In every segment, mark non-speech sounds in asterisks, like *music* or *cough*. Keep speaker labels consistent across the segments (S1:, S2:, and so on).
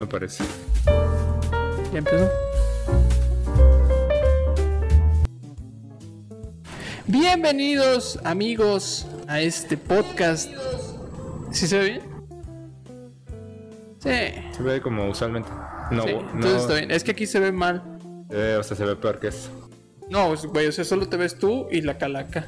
S1: me parece.
S2: ¿Ya empezó? Bienvenidos amigos a este podcast. ¿Sí se ve bien? Sí.
S1: Se ve como usualmente. No,
S2: sí,
S1: no.
S2: Entonces está bien. Es que aquí se ve mal.
S1: eh, o sea, se ve peor que eso.
S2: No, es- güey, o sea, solo te ves tú y la calaca.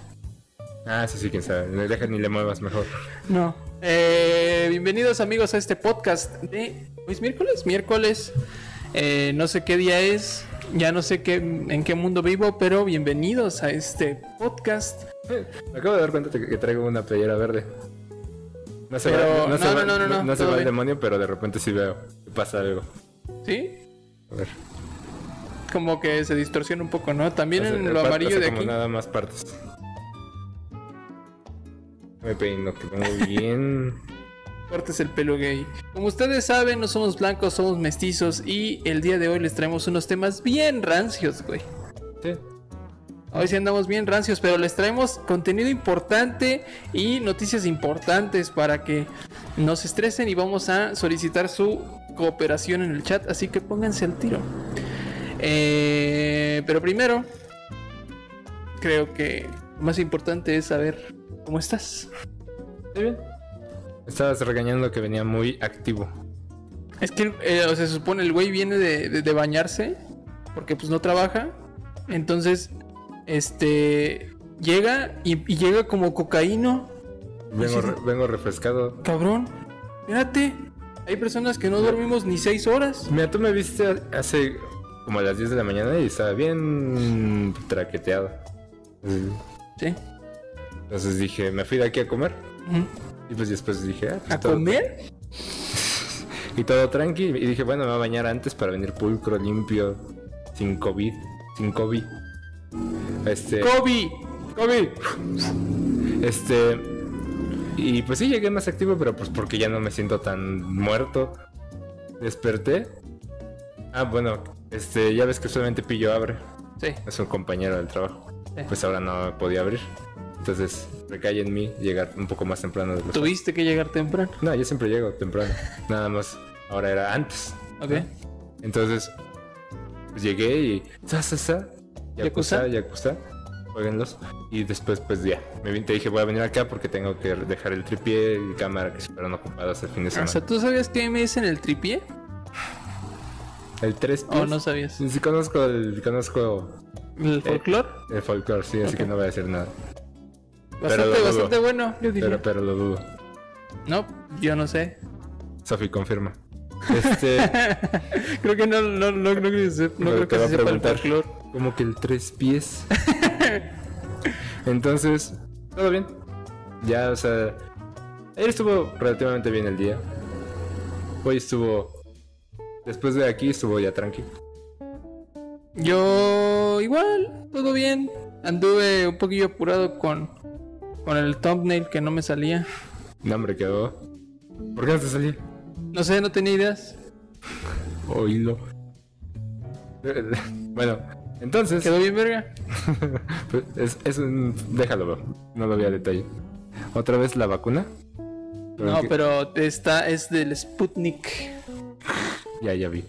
S1: Ah, sí, sí, quién sabe. No deja ni le muevas mejor.
S2: No. Eh, bienvenidos amigos a este podcast de... ¿Hoy es miércoles? Miércoles. Eh, no sé qué día es, ya no sé qué, en qué mundo vivo, pero bienvenidos a este podcast.
S1: Eh, Me acabo de dar cuenta de que traigo una playera verde. No se
S2: Pero-
S1: ve, no, se
S2: no,
S1: ve-
S2: no, no, no, no,
S1: se
S2: todo
S1: ve el
S2: bien.
S1: demonio, pero de repente sí veo que pasa algo.
S2: ¿Sí?
S1: A ver.
S2: Como que se distorsiona un poco, ¿no? También
S1: Hace-
S2: en
S1: pa-
S2: lo
S1: hace
S2: amarillo de
S1: como
S2: aquí.
S1: nada más partes. Me peino, que muy bien.
S2: Cortes el pelo gay. Como ustedes saben, no somos blancos, somos mestizos. Y el día de hoy les traemos unos temas bien rancios, güey.
S1: *laughs* Sí.
S2: Hoy sí andamos bien rancios, pero les traemos contenido importante y noticias importantes para que no se estresen y vamos a solicitar su cooperación en el chat, así que pónganse al tiro. Eh, pero primero, creo que lo más importante es saber cómo estás.
S1: ¿Está bien? Estabas regañando que venía muy activo.
S2: Es que eh, o sea, se supone el güey viene de, de- de bañarse porque pues no trabaja. Entonces, este llega y, y llega como cocaíno,
S1: Vengo,
S2: sí.
S1: re- vengo refrescado.
S2: cabrón. Fíjate, hay personas que no dormimos ni seis horas.
S1: Mira, tú me viste hace como a las 10 de la mañana y estaba bien traqueteado.
S2: Sí.
S1: Entonces dije, me fui de aquí a comer.
S2: Ujú.
S1: Y pues después dije, ah, pues
S2: ¿A
S1: todo-
S2: comer?
S1: Y todo tranqui. Y dije, bueno, me voy a bañar antes para venir pulcro, limpio, sin COVID. Sin COVID. Este.
S2: Kobe.
S1: COVID. Este. Y pues sí, llegué más activo, pero pues porque ya no me siento tan muerto. Desperté. Ah, bueno, este, ya ves que solamente Pillo abre.
S2: Sí.
S1: es un compañero del trabajo.
S2: Sí.
S1: Pues ahora no podía abrir. Entonces recae en mí llegar un poco más temprano. De lo usual.
S2: Tuviste que llegar temprano.
S1: No, yo siempre llego temprano. Nada más. Ahora era antes.
S2: Ok.
S1: Entonces pues, llegué y... Sa, sa, sa, Yakuza,
S2: ¿Yakuza?
S1: Yakuza. Jueguenlos. Y después pues ya. Me vi- te dije voy a venir acá porque tengo que dejar el tripié y cámara que se fueron ocupadas el fin de
S2: O
S1: semana.
S2: sea, ¿tú sabías que me dicen el tripié?
S1: El tres pies.
S2: ¿O Oh, no sabías?
S1: Sí, sí, conozco el, conozco Eh,
S2: ¿El folclore?
S1: el folclore, sí, así
S2: Ok.
S1: que no voy a decir nada.
S2: Bastante,
S1: lo dudo.
S2: bastante bueno. Yo diría.
S1: Pero, pero lo dudo.
S2: No, yo no sé.
S1: Sofi confirma. Este,
S2: Creo que no, no, no, no creo que se, *laughs* no
S1: Pero te
S2: creo que
S1: va
S2: se
S1: a
S2: sepa el
S1: preguntar.
S2: folclore.
S1: como que el tres pies. Entonces, todo bien. Ya, o sea, ayer estuvo relativamente bien el día. Hoy estuvo. Después de aquí estuvo ya tranqui.
S2: Yo igual, todo bien. Anduve un poquillo apurado con, con el thumbnail que no me salía.
S1: No, hombre, quedó. ¿Por qué no te salí?
S2: No sé, no tenía ideas.
S1: Oílo. *laughs* Bueno, entonces.
S2: Quedó bien verga.
S1: Pues, es, es un. Déjalo, bro. No lo voy a detalle. Otra vez la vacuna.
S2: No,
S1: que-
S2: pero esta es del Sputnik.
S1: Ya, ya vi.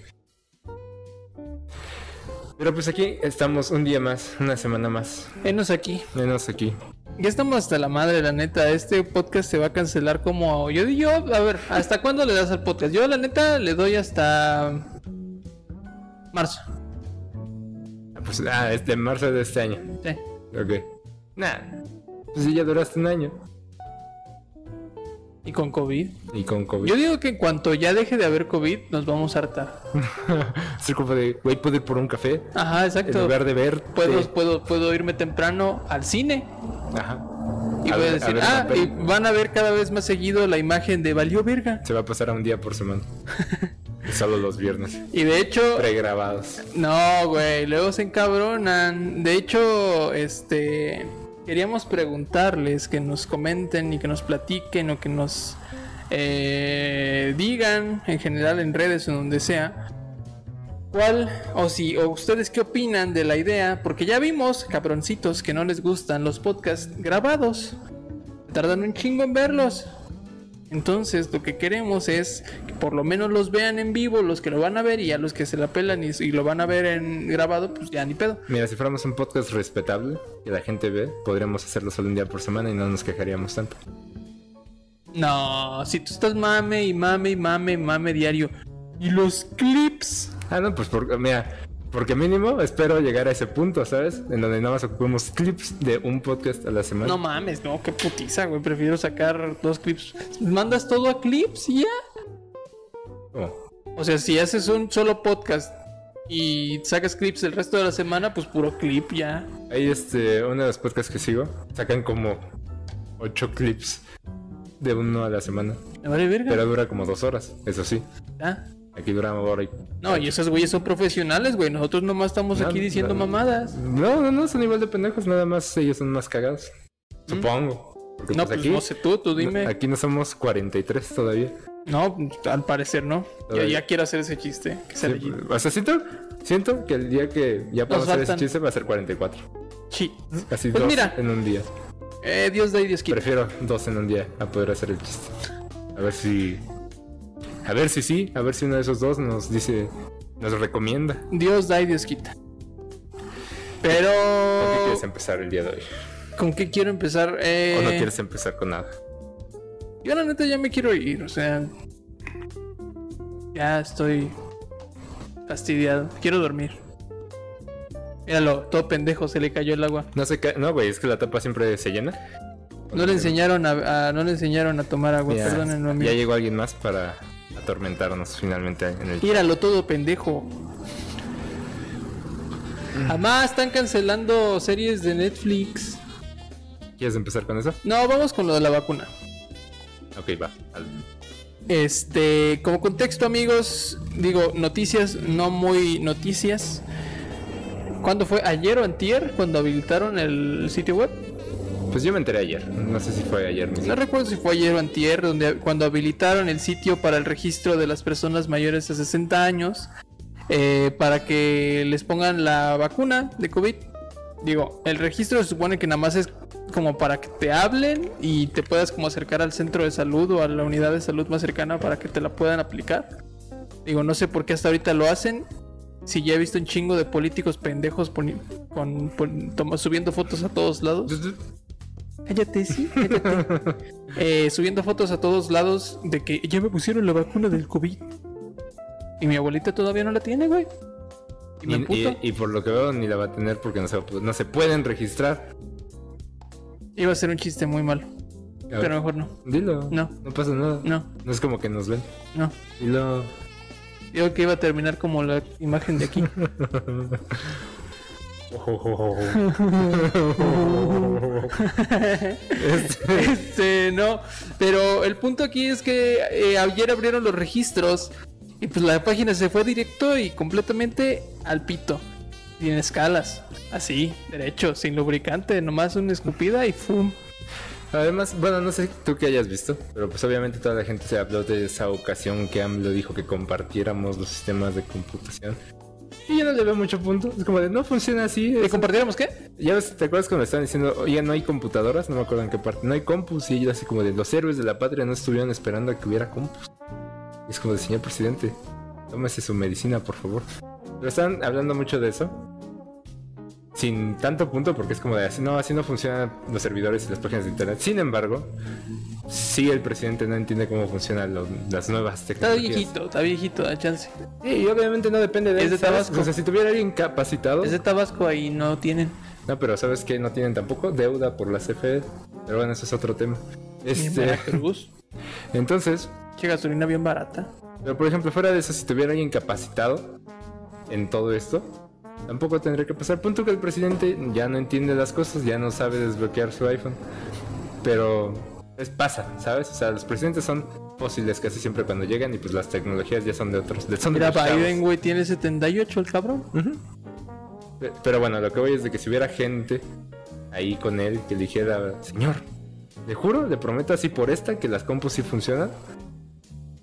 S1: Pero pues aquí estamos un día más, una semana más,
S2: Venos aquí.
S1: menos aquí.
S2: Ya estamos hasta la madre, la neta. Este podcast se va a cancelar como. Yo yo, a ver, ¿hasta cuándo le das al podcast? Yo, la neta, le doy hasta. Marzo.
S1: Ah, Pues, ah, es de marzo de este año.
S2: Sí.
S1: Ok. Nah. Pues sí, ya duraste un año.
S2: Y con COVID.
S1: Y con COVID.
S2: Yo digo que en cuanto ya deje de haber COVID, nos vamos a hartar.
S1: es el como de, güey, ¿puedo ir por un café?
S2: Ajá,
S1: En
S2: exacto.
S1: lugar de ver.
S2: Puedo, puedo, puedo irme temprano al cine
S1: Ajá. A
S2: y voy a
S1: ver- a
S2: decir,
S1: ver,
S2: ah,
S1: papel".
S2: y van a ver cada vez más seguido la imagen de Valió Verga.
S1: Se va a pasar a un día por
S2: *laughs*
S1: semana. Solo los viernes.
S2: Y de hecho,
S1: Pregrabados.
S2: no, güey, luego se encabronan. De hecho, este, queríamos preguntarles que nos comenten y que nos platiquen o que nos eh, digan en general en redes o donde sea. ¿Cuál o si o ustedes qué opinan de la idea? Porque ya vimos, cabroncitos, que no les gustan los podcasts grabados. Tardan un chingo en verlos. Entonces, lo que queremos es que por lo menos los vean en vivo, los que lo van a ver, y a los que se la pelan y, y lo van a ver en grabado, pues ya ni pedo.
S1: Mira, si fuéramos un podcast respetable que la gente ve, podríamos hacerlo solo un día por semana y no nos quejaríamos tanto.
S2: No, si tú estás mame y mame y mame y mame diario. Y los clips.
S1: Ah, no, pues porque, mira, porque mínimo espero llegar a ese punto, ¿sabes? En donde nada más ocupemos clips de un podcast a la semana.
S2: No mames, no, qué putiza, güey. Prefiero sacar dos clips. ¿Mandas todo a clips y ya?
S1: Oh,
S2: O sea, si haces un solo podcast y sacas clips el resto de la semana, pues puro clip ya.
S1: Ahí este, uno de los podcasts que sigo, sacan como ocho clips de uno a la semana.
S2: Me vale verga.
S1: Pero dura como dos horas, eso sí.
S2: ya.
S1: Aquí dura una hora y...
S2: No, y esos güeyes son profesionales, güey. Nosotros nomás estamos
S1: No,
S2: aquí diciendo
S1: no,
S2: mamadas.
S1: No, no, no, son igual de pendejos, nada más ellos son más cagados. Supongo. Porque,
S2: Mm. No, pues
S1: aquí,
S2: no sé tú, tú dime.
S1: Aquí no somos 43 todavía.
S2: No, al parecer no. Yo
S1: Todavía.
S2: ya quiero hacer ese chiste. Que sea
S1: Sí, pues.
S2: legit.
S1: o sea, siento, siento que el día que ya podamos hacer ese
S2: faltan-
S1: chiste va a ser 44.
S2: Sí.
S1: Casi
S2: Pues
S1: dos
S2: mira.
S1: en un día.
S2: Eh, Dios da y Dios quita.
S1: Prefiero dos en un día a poder hacer el chiste. A ver si. A ver si sí, a ver si uno de esos dos nos dice. Nos recomienda.
S2: Dios da y Dios quita. Pero.
S1: ¿Con
S2: Oh.
S1: qué quieres empezar el día de hoy?
S2: ¿Con qué quiero empezar? Eh,
S1: ¿O no quieres empezar con nada?
S2: Yo la neta ya me quiero ir, o sea. Ya estoy fastidiado. Quiero dormir. Míralo, todo pendejo, se le cayó el agua.
S1: No sé qué. No, güey, es que la tapa siempre se llena.
S2: No le enseñaron a, a- no le enseñaron a tomar agua,
S1: Ya-
S2: perdónenme a
S1: Ya llegó alguien más para atormentarnos finalmente en el.
S2: Míralo todo pendejo. Además están cancelando series de Netflix.
S1: ¿Quieres empezar con eso?
S2: No, vamos con lo de la vacuna.
S1: Ok, va. al-
S2: Este, como contexto, amigos, digo, noticias, no muy noticias. ¿Cuándo fue? ¿Ayer o antier? Cuando habilitaron el sitio web.
S1: Pues yo me enteré ayer. No sé si fue ayer. mismo.
S2: No recuerdo si fue ayer o antier, donde, cuando habilitaron el sitio para el registro de las personas mayores de 60 años. eh, para que les pongan la vacuna de COVID. Digo, el registro se supone que nada más es como para que te hablen y te puedas como acercar al centro de salud o a la unidad de salud más cercana para que te la puedan aplicar. Digo, no sé por qué hasta ahorita lo hacen. Si ya he visto un chingo de políticos pendejos poni- con, pon- toma- subiendo fotos a todos lados. Cállate, sí,
S1: *laughs*
S2: cállate. Eh, subiendo fotos a todos lados de que ya me pusieron la vacuna del COVID. Y mi abuelita todavía no la tiene, güey. Y me
S1: Y,
S2: puto.
S1: y- y por lo que veo, ni la va a tener porque no se, va a poder- no se pueden registrar.
S2: Iba a ser un chiste muy malo.
S1: A ver,
S2: Pero mejor no.
S1: dilo.
S2: No.
S1: No pasa nada. No.
S2: No,
S1: es como que nos ven.
S2: no.
S1: Dilo.
S2: Digo que iba a terminar como la imagen
S1: *laughs*
S2: de aquí.
S1: Este,
S2: este, no. Pero el punto aquí es que eh, ayer abrieron los registros y pues la página se fue directo y completamente al pito. Sin escalas. Así, derecho, sin lubricante, nomás una escupida y ¡fum!
S1: Además, bueno, no sé tú qué hayas visto, pero pues obviamente toda la gente se habló de esa ocasión que AMLO dijo que compartiéramos los sistemas de computación. Y yo no le veo mucho punto. Es como de, no funciona así.
S2: ¿Le
S1: es-
S2: compartiéramos qué?
S1: Ya ves, ¿te acuerdas cuando estaban diciendo, oye, no hay computadoras? No me acuerdo en qué parte. No hay compus. Y ellos así como de, los héroes de la patria no estuvieron esperando a que hubiera compus. Y es como de, señor presidente, tómese su medicina, por favor. Pero están hablando mucho de eso. Sin tanto punto, porque es como de, así no, así no funcionan los servidores y las páginas de internet. Sin embargo, sí el presidente no entiende cómo funcionan lo- las nuevas
S2: Está
S1: tecnologías.
S2: viejito, está viejito, da chance.
S1: Sí, y obviamente no depende de
S2: Es
S1: él,
S2: de
S1: ¿sabes?
S2: Tabasco.
S1: O sea, si tuviera alguien capacitado...
S2: Es de Tabasco ahí no tienen.
S1: No, pero ¿sabes que No tienen tampoco deuda por la CFE. Pero bueno, eso es otro tema.
S2: Ni en
S1: Este,
S2: Veracruz.
S1: entonces,
S2: Che, gasolina bien barata.
S1: pero por ejemplo, fuera de eso, si tuviera alguien capacitado en todo esto, tampoco tendría que pasar. Punto que el presidente ya no entiende las cosas, ya no sabe desbloquear su iPhone. Pero es pasa, ¿sabes? O sea, los presidentes son fósiles casi siempre cuando llegan y pues las tecnologías ya son de otros. de- son de
S2: Mira,
S1: los chavos.
S2: Biden, güey, tiene 78 el cabrón.
S1: Ujú. Pe- Pero bueno, lo que voy es de que si hubiera gente ahí con él que le dijera, señor, le juro, le prometo así por esta que las compus sí funcionan,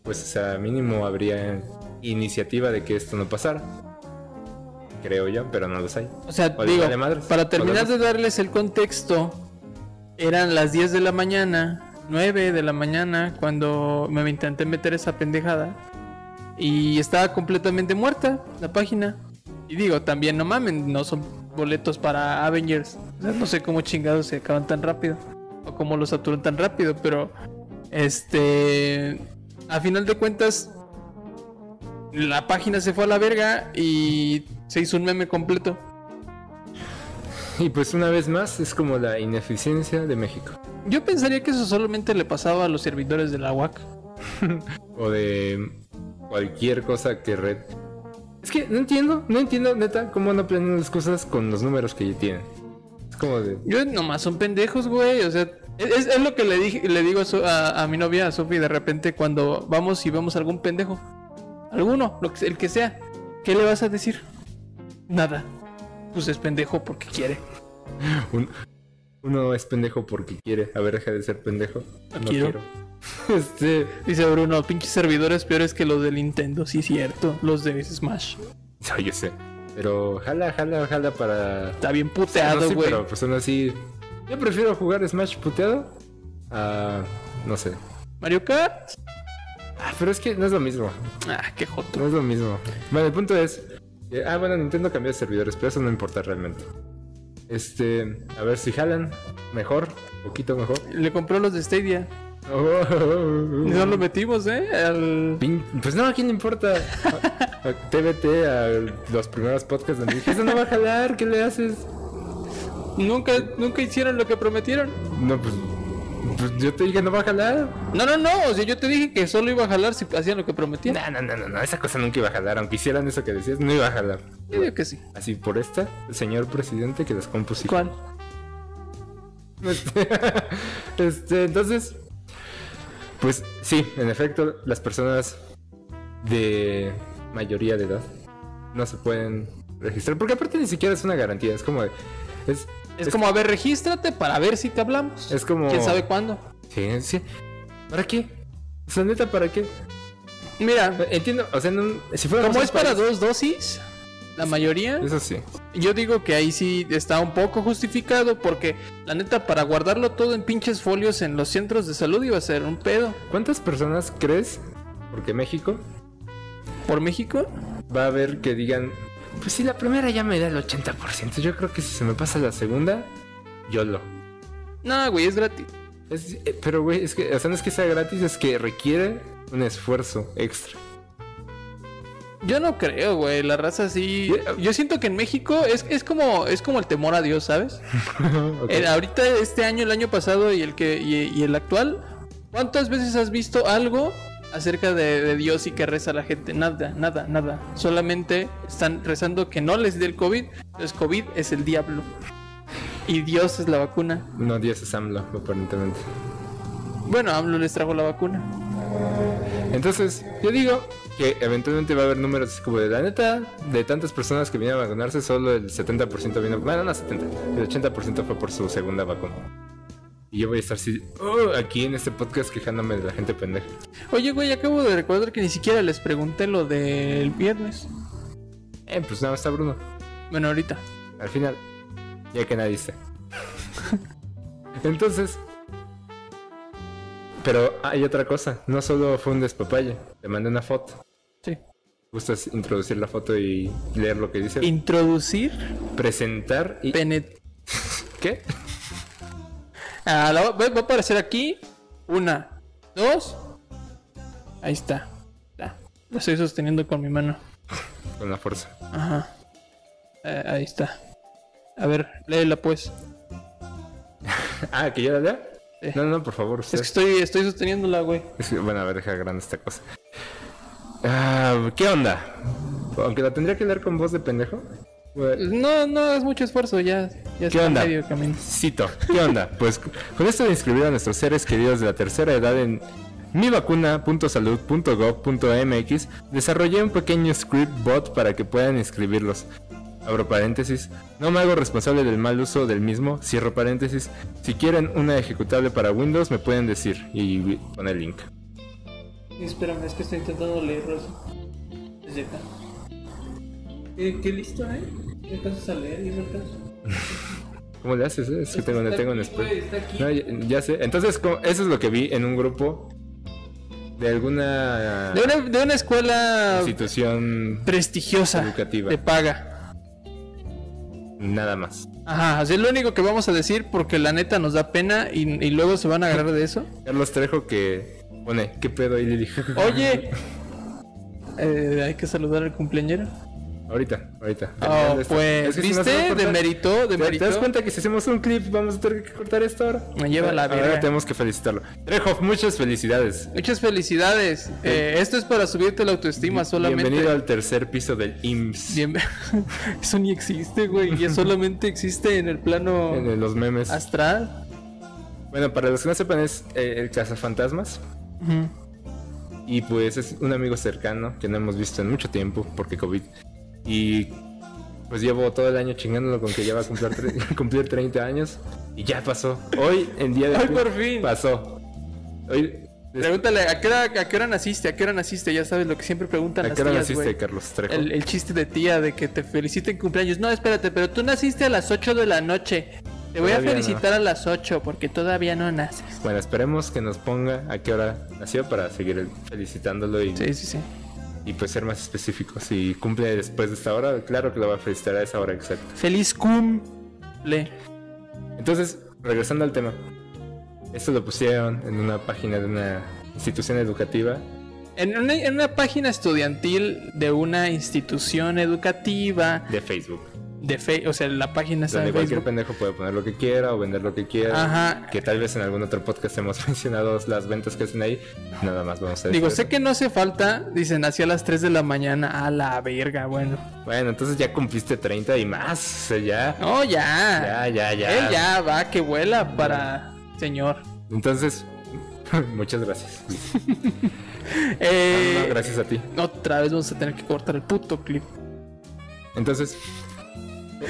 S1: pues o sea, mínimo habría iniciativa de que esto no pasara. Creo yo, pero no los hay. *laughs*
S2: O sea,
S1: O le
S2: digo,
S1: vale madres.
S2: para terminar
S1: Podemos-
S2: de darles el contexto, eran las 10 de la mañana 9 de la mañana cuando me intenté meter esa pendejada. Y estaba completamente muerta la página. Y digo, también no mamen, no son boletos para Avengers. O sea, no sé cómo chingados se acaban tan rápido. O cómo los saturan tan rápido, pero... Este... A final de cuentas... La página se fue a la verga y se hizo un meme completo.
S1: Y pues una vez más es como la ineficiencia de México.
S2: Yo pensaría que eso solamente le pasaba a los servidores de la UAC.
S1: o de cualquier cosa que red. Es que no entiendo, no entiendo neta cómo no planean las cosas con los números que ya tienen. Es como de...
S2: Yo nomás son pendejos, güey. O sea, es, es lo que le, dije, le digo a, Su- a- a mi novia, a Sofi, de repente cuando vamos y vemos algún pendejo. Alguno, lo que- el que sea. ¿Qué le vas a decir? Nada. Pues es pendejo porque quiere.
S1: un- uno es pendejo porque quiere. A ver, deja de ser pendejo.
S2: No
S1: No,
S2: quiero.
S1: quiero. *laughs* este...
S2: Dice Bruno, pinches servidores peores que los de Nintendo, sí cierto. Los de Smash.
S1: no, yo sé. Pero jala, jala, jala para...
S2: Está bien
S1: No,
S2: puteado,
S1: sí,
S2: güey.
S1: pero pues aún así... Yo prefiero jugar Smash puteado a... No sé.
S2: Mario Kart.
S1: Ah, pero es que no es lo mismo.
S2: Ah, qué joto.
S1: No es lo mismo. Bueno, el punto es. que- ah, bueno, Nintendo cambió de servidores, pero eso no importa realmente. Este. A ver si jalan. Mejor. Poquito mejor. *laughs* Oh,
S2: Le compró los de Stadia. No lo
S1: Pin-
S2: metimos, ¿eh? Al-
S1: Pues no, ¿a quién le importa? A, a TBT, a los primeros podcasts donde dije, eso no va a jalar, ¿qué le haces?
S2: Nunca, nunca hicieron lo que prometieron.
S1: No, pues. pues yo te dije, no va a jalar.
S2: No, no, no. O sea, yo te dije que solo iba a jalar si hacían lo que prometían.
S1: No, no, no, no, no, esa cosa nunca iba a jalar. Aunque hicieran eso que decías, no iba a jalar.
S2: Yo digo que sí.
S1: Así por esta, el señor presidente que las compuso.
S2: ¿Cuál?
S1: Este, *laughs* este, entonces, pues sí, en efecto, las personas de mayoría de edad no se pueden registrar, porque aparte ni siquiera es una garantía, es como, de- es,
S2: Es como, a ver, regístrate para ver si te hablamos.
S1: es como,
S2: ¿Quién sabe cuándo?
S1: sí, sí, ¿para qué? O sea, neta, ¿para qué?
S2: Mira,
S1: Entiendo, o sea, no- si fuera
S2: como es para dos dosis, la mayoría,
S1: eso sí,
S2: yo digo que ahí sí está un poco justificado porque, la neta, para guardarlo todo en pinches folios en los centros de salud iba a ser un pedo.
S1: ¿cuántas personas crees, porque México,
S2: ¿Por México?
S1: va a haber que digan, pues si la primera ya me da el 80%, yo creo que si se me pasa la segunda, yo lo.
S2: No, güey, es gratis.
S1: Es- eh, pero, güey, es que, o sea, no es que sea gratis, es que requiere un esfuerzo extra. *laughs*
S2: Yo no creo, güey, la raza sí.
S1: Yeah.
S2: Yo siento que en México es, es como es como el temor a Dios, ¿sabes?
S1: Ok.
S2: Eh, ahorita este año, el año pasado y el que y, y el actual, ¿cuántas veces has visto algo acerca de, de Dios y que reza la gente? Nada, nada, nada. Solamente están rezando que no les dé el COVID. Entonces COVID es el diablo. Y Dios es la vacuna.
S1: No, 10 es AMLO, aparentemente.
S2: Bueno, AMLO les trajo la vacuna.
S1: Entonces, yo digo que eventualmente va a haber números así como de la neta, de tantas personas que vinieron a vacunarse, solo el 70% vino, bueno, no 70, el 80% fue por su segunda vacuna. Y yo voy a estar así, "Oh", aquí en este podcast quejándome de la gente pendeja.
S2: Oye, güey, acabo de recordar que ni siquiera les pregunté lo del viernes.
S1: Eh, pues nada, está Bruno.
S2: Bueno, ahorita.
S1: Al final, ya que nadie está. Entonces. Pero hay otra cosa. No solo fue un despapalle. Te mandé una foto.
S2: Sí.
S1: ¿Gustas introducir la foto y leer lo que dice?
S2: Introducir
S1: Presentar y.
S2: penet.
S1: ¿Qué?
S2: Ah, la va, va a aparecer aquí. Una, dos. Ahí está. La, la estoy sosteniendo con mi mano.
S1: Con la fuerza.
S2: Ajá. Eh, ahí está. A ver, léela pues.
S1: *laughs* Ah, ¿que yo la lea?
S2: Sí.
S1: No, no, por favor.
S2: Es
S1: usted.
S2: que estoy, estoy sosteniéndola, güey.
S1: Es que- Bueno, a ver, deja grande esta cosa. Ah, ¿Qué onda? Aunque la tendría que leer con voz de pendejo. Bueno,
S2: No, no es mucho esfuerzo, ya, ya está
S1: onda?
S2: medio camino.
S1: Cito, ¿qué onda? Pues con esto de inscribir a nuestros seres queridos de la tercera edad en mivacuna.salud.gov.mx, desarrollé un pequeño script bot para que puedan inscribirlos. Abro paréntesis. No me hago responsable del mal uso del mismo. Cierro paréntesis. Si quieren una ejecutable para Windows, me pueden decir. Y pone el link.
S2: Espérame, es que estoy intentando leerlo Desde acá. Qué, listo, ¿eh? ¿Qué alcanzas a leer y
S1: ¿Cómo le haces? eh? Es que
S2: Es que
S1: tengo,
S2: está
S1: tengo un
S2: aquí,
S1: spoiler.
S2: güey, está aquí.
S1: No, ya, ya sé. Entonces, co- eso es lo que vi en un grupo de alguna
S2: De una, de una escuela
S1: institución
S2: prestigiosa
S1: educativa.
S2: de paga.
S1: Nada más.
S2: Ajá, así es lo único que vamos a decir porque la neta nos da pena y, y luego se van a agarrar de
S1: *laughs*
S2: eso.
S1: Carlos Trejo que pone, ¿qué pedo ahí, Lili?
S2: Oye, eh, hay que saludar al cumpleañero.
S1: Ahorita, ahorita.
S2: Oh,
S1: Terminando esto.
S2: pues,
S1: Es que si nos van a
S2: ¿viste?
S1: cortar-
S2: Demeritó,
S1: ¿Te- ¿Te das
S2: demeritó.
S1: cuenta que si hacemos un clip vamos a tener que cortar esto ahora?
S2: Me lleva la
S1: Ahora
S2: verga.
S1: tenemos que felicitarlo. Trejo, muchas felicidades.
S2: Muchas felicidades. Eh, esto es para subirte la autoestima solamente.
S1: Bienvenido al tercer piso del IMSS.
S2: Bien- *laughs* Eso ni existe,
S1: *laughs*
S2: güey. Ya solamente existe en el plano
S1: En el- los memes.
S2: astral.
S1: Bueno, para los que no sepan, es eh, el cazafantasmas.
S2: Ujú.
S1: Y pues es un amigo cercano que no hemos visto en mucho tiempo porque COVID. Y pues llevo todo el año chingándolo con que ya va a cumplir, tre- *laughs* cumplir 30 años. Y ya pasó. Hoy, en día de
S2: Ay, por fin.
S1: pasó. Hoy,
S2: Pregúntale, ¿a qué, hora, ¿a qué hora naciste? ¿A qué hora naciste? Ya sabes lo que siempre preguntan
S1: ¿a
S2: las
S1: qué hora
S2: tías,
S1: naciste,
S2: güey.
S1: Carlos Trejo?
S2: El, el chiste de tía de que te feliciten cumpleaños. No, espérate, pero tú naciste a las 8 de la noche. Te voy
S1: Todavía
S2: a felicitar a las 8 porque todavía no naces.
S1: Bueno, esperemos que nos ponga a qué hora nació para seguir felicitándolo y,
S2: Sí, sí, sí.
S1: y pues ser más específicos. Si cumple después de esta hora, claro que lo va a felicitar a esa hora exacta.
S2: Feliz cumple.
S1: Entonces, regresando al tema. Esto lo pusieron en una página de una institución educativa.
S2: En una, en una página estudiantil de una institución educativa,
S1: de Facebook.
S2: de fe, o sea, la página está
S1: Donde
S2: en
S1: cualquier
S2: Facebook.
S1: pendejo puede poner lo que quiera o vender lo que quiera.
S2: Ajá.
S1: Que tal vez en algún otro podcast hemos *laughs* mencionado las ventas que hacen ahí. Nada más vamos a decir.
S2: Digo, sé que no hace falta, dicen, hacia las 3 de la mañana, a la verga, bueno.
S1: Bueno, entonces ya cumpliste 30 y más. o sea, ya.
S2: No,
S1: Ya,
S2: ya.
S1: ya, ya.
S2: Él ya va, que vuela para señor.
S1: Entonces, *laughs* muchas gracias.
S2: Eh,
S1: No, no, gracias a ti.
S2: Otra vez vamos a tener que cortar el puto clip.
S1: Entonces,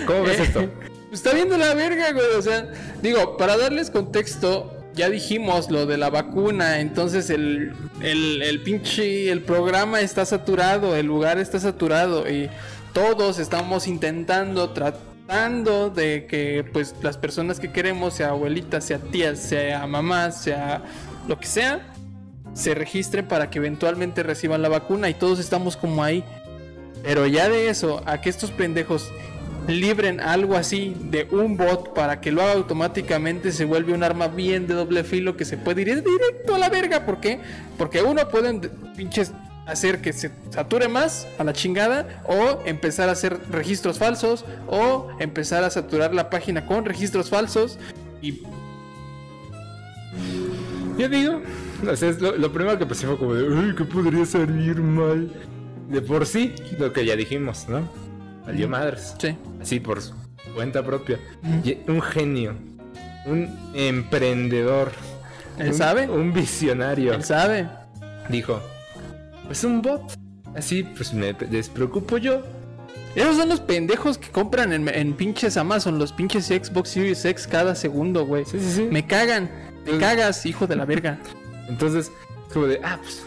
S1: ¿cómo ves
S2: Eh,
S1: esto?
S2: Está viendo la verga, güey. O sea, digo, para darles contexto, ya dijimos lo de la vacuna. Entonces, el, el, el pinche. El programa está saturado, el lugar está saturado. Y todos estamos intentando, tratando de que, pues, las personas que queremos, sea abuelitas, sea tías, sea mamás, sea lo que sea, se registren para que eventualmente reciban la vacuna. Y todos estamos como ahí. Pero ya de eso, a que estos pendejos libren algo así de un bot para que lo haga automáticamente se vuelve un arma bien de doble filo que se puede ir directo a la verga. ¿Por qué? Porque uno pueden pinches hacer que se sature más a la chingada o empezar a hacer registros falsos o empezar a saturar la página con registros falsos y
S1: Yo digo, *laughs* o sea, es lo, lo primero que pensé fue como de, uy, ¿qué podría salir mal? De por sí, lo que ya dijimos, ¿no? Valió
S2: Ujú.
S1: madres.
S2: sí,
S1: Así por su cuenta propia.
S2: Ujú.
S1: Y Un genio, un emprendedor.
S2: él
S1: un-
S2: sabe,
S1: Un visionario.
S2: él sabe.
S1: Dijo, pues un bot. Así, pues me despreocupo yo.
S2: Esos son los pendejos que compran en, en pinches Amazon, los pinches Xbox Series X cada segundo, güey.
S1: Sí, sí, sí.
S2: Me cagan. Te cagas, hijo de la verga.
S1: Entonces, es como de, ah, pues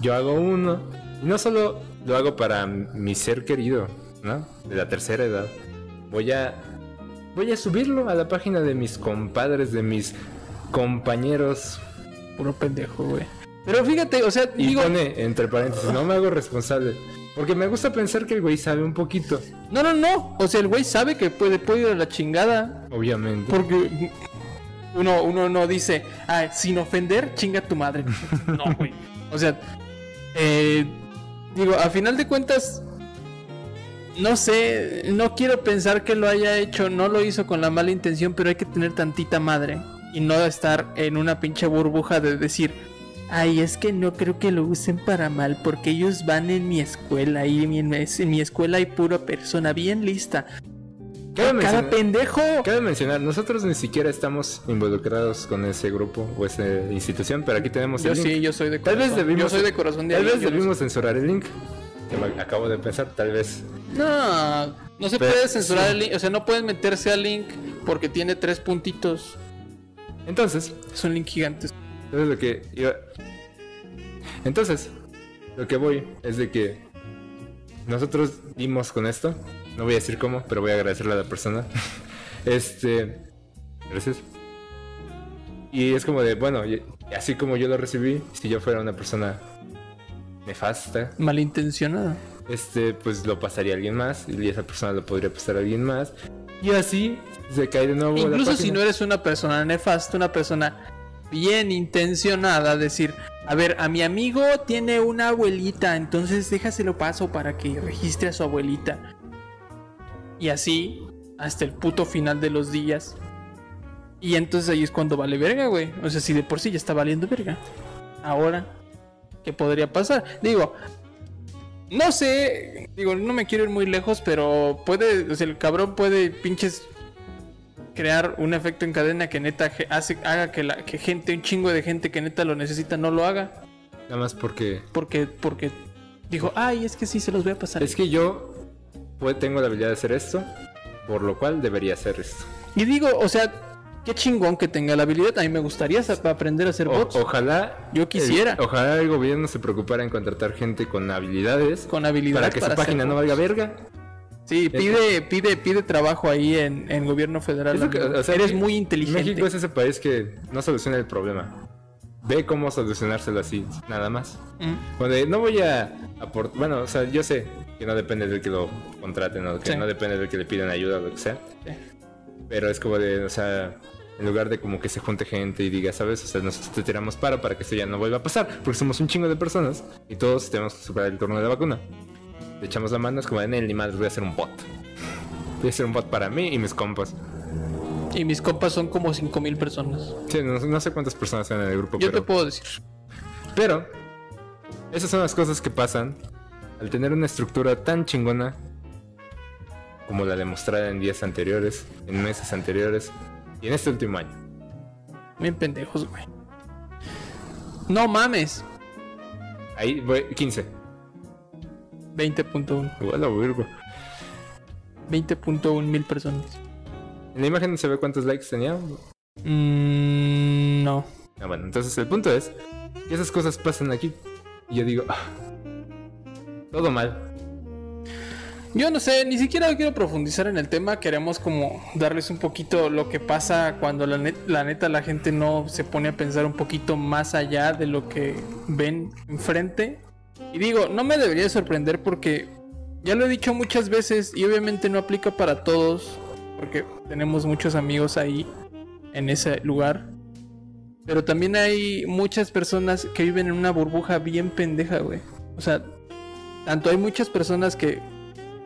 S1: yo hago uno. Y no solo lo hago para mi ser querido, ¿no? De la tercera edad. Voy a. Voy a subirlo a la página de mis compadres, de mis compañeros.
S2: Puro pendejo, güey. Pero fíjate, o sea,
S1: Y
S2: digo,
S1: pone entre paréntesis, no me hago responsable. Porque me gusta pensar que el güey sabe un poquito,
S2: no, no, no. O sea, el güey sabe que puede, puede ir a la chingada.
S1: obviamente.
S2: Pues, Porque uno, uno no dice, ah, sin ofender, chinga tu madre. No, güey. O sea, eh, digo, a final de cuentas, no sé, no quiero pensar que lo haya hecho, no lo hizo con la mala intención, pero hay que tener tantita madre y no estar en una pinche burbuja de decir, ay, es que no creo que lo usen para mal, porque ellos van en mi escuela y en mi, en mi escuela hay pura persona bien lista.
S1: Cabe
S2: Cada
S1: mencionar,
S2: pendejo.
S1: cabe mencionar, nosotros ni siquiera estamos involucrados con ese grupo o esa institución, pero aquí tenemos
S2: Yo
S1: Pues el link.
S2: sí, yo soy de
S1: Tal
S2: corazón.
S1: vez debimos-
S2: yo soy de corazón de
S1: Tal vez
S2: alguien, yo no
S1: debimos censurar el link. Que me acabo de pensar, tal vez.
S2: sé. No, no se
S1: Pero-
S2: puede censurar el link. O sea, no pueden meterse al link porque tiene tres puntitos.
S1: Entonces,
S2: Es un link gigante.
S1: entonces lo que iba- Entonces, lo que voy es de que nosotros dimos con esto. No voy a decir cómo, pero voy a agradecerle a la persona. *laughs* Este. Gracias. Y es como de, bueno, y- y así como yo lo recibí, si yo fuera una persona nefasta,
S2: Malintencionada.
S1: este, pues lo pasaría a alguien más y esa persona lo podría pasar a alguien más. Y así se cae de nuevo. la
S2: Incluso si
S1: página.
S2: no eres una persona nefasta, una persona bien intencionada, decir, a ver, a mi amigo tiene una abuelita, entonces déjaselo paso para que registre a su abuelita. Y así, hasta el puto final de los días. Y entonces ahí es cuando vale verga, güey. O sea, si de por sí ya está valiendo verga. Ahora, ¿qué podría pasar? Digo, no sé, digo, no me quiero ir muy lejos, pero puede, o sea, el cabrón puede pinches crear un efecto en cadena que neta ge- hace, haga que la que gente, un chingo de gente que neta lo necesita no lo haga.
S1: Nada más porque
S2: Porque, porque dijo, ay, es que sí, se los voy a pasar.
S1: es que yo pues, tengo la habilidad de hacer esto, por lo cual debería hacer esto.
S2: Y digo, o sea, qué chingón que tenga la habilidad. A mí me gustaría sa- aprender a hacer
S1: O-
S2: bots
S1: ojalá.
S2: Yo quisiera.
S1: el- ojalá el gobierno se preocupara en contratar gente con habilidades.
S2: con habilidad.
S1: para que su
S2: hacer
S1: página no
S2: bots.
S1: valga verga.
S2: Sí, pide, pide, pide trabajo ahí en, en gobierno federal.
S1: Es lo que- o sea,
S2: Eres
S1: que
S2: muy inteligente.
S1: México es ese país que no soluciona el problema. Ve cómo solucionárselo así, nada más.
S2: Mm.
S1: Bueno, eh, no voy a aportar. Bueno, o sea, yo sé que no depende del que lo contraten o que
S2: Sí.
S1: no depende del que le pidan ayuda o lo que sea.
S2: Sí.
S1: Pero es como de, o sea, en lugar de como que se junte gente y diga, ¿sabes? O sea, nosotros te tiramos para para que esto ya no vuelva a pasar, porque somos un chingo de personas y todos tenemos que superar el turno de la vacuna. Le echamos la mano, es como de, "Nel, ni madre, voy a hacer un bot. Voy a hacer un bot para mí y mis compas.
S2: Y mis compas son como 5000 personas.
S1: Sí, no, no sé cuántas personas sean en el grupo,
S2: Yo
S1: pero...
S2: te puedo decir.
S1: Pero, esas son las cosas que pasan al tener una estructura tan chingona como la demostrada en días anteriores, en meses anteriores y en este último año.
S2: Bien pendejos, güey. No mames.
S1: Ahí voy, 15.
S2: 20.1.
S1: Igual a Virgo.
S2: 20.1 mil personas.
S1: En la imagen se ve cuántos likes tenía. Ah,
S2: Mm, no.
S1: bueno, entonces el punto es que esas cosas pasan aquí. Y yo digo, "Ah, todo mal.
S2: Yo no sé, ni siquiera quiero profundizar en el tema. Queremos como darles un poquito lo que pasa cuando la, net- la neta la gente no se pone a pensar un poquito más allá de lo que ven enfrente. Y digo, no me debería sorprender porque ya lo he dicho muchas veces y obviamente no aplica para todos porque tenemos muchos amigos ahí en ese lugar. Pero también hay muchas personas que viven en una burbuja bien pendeja, güey. O sea, tanto hay muchas personas que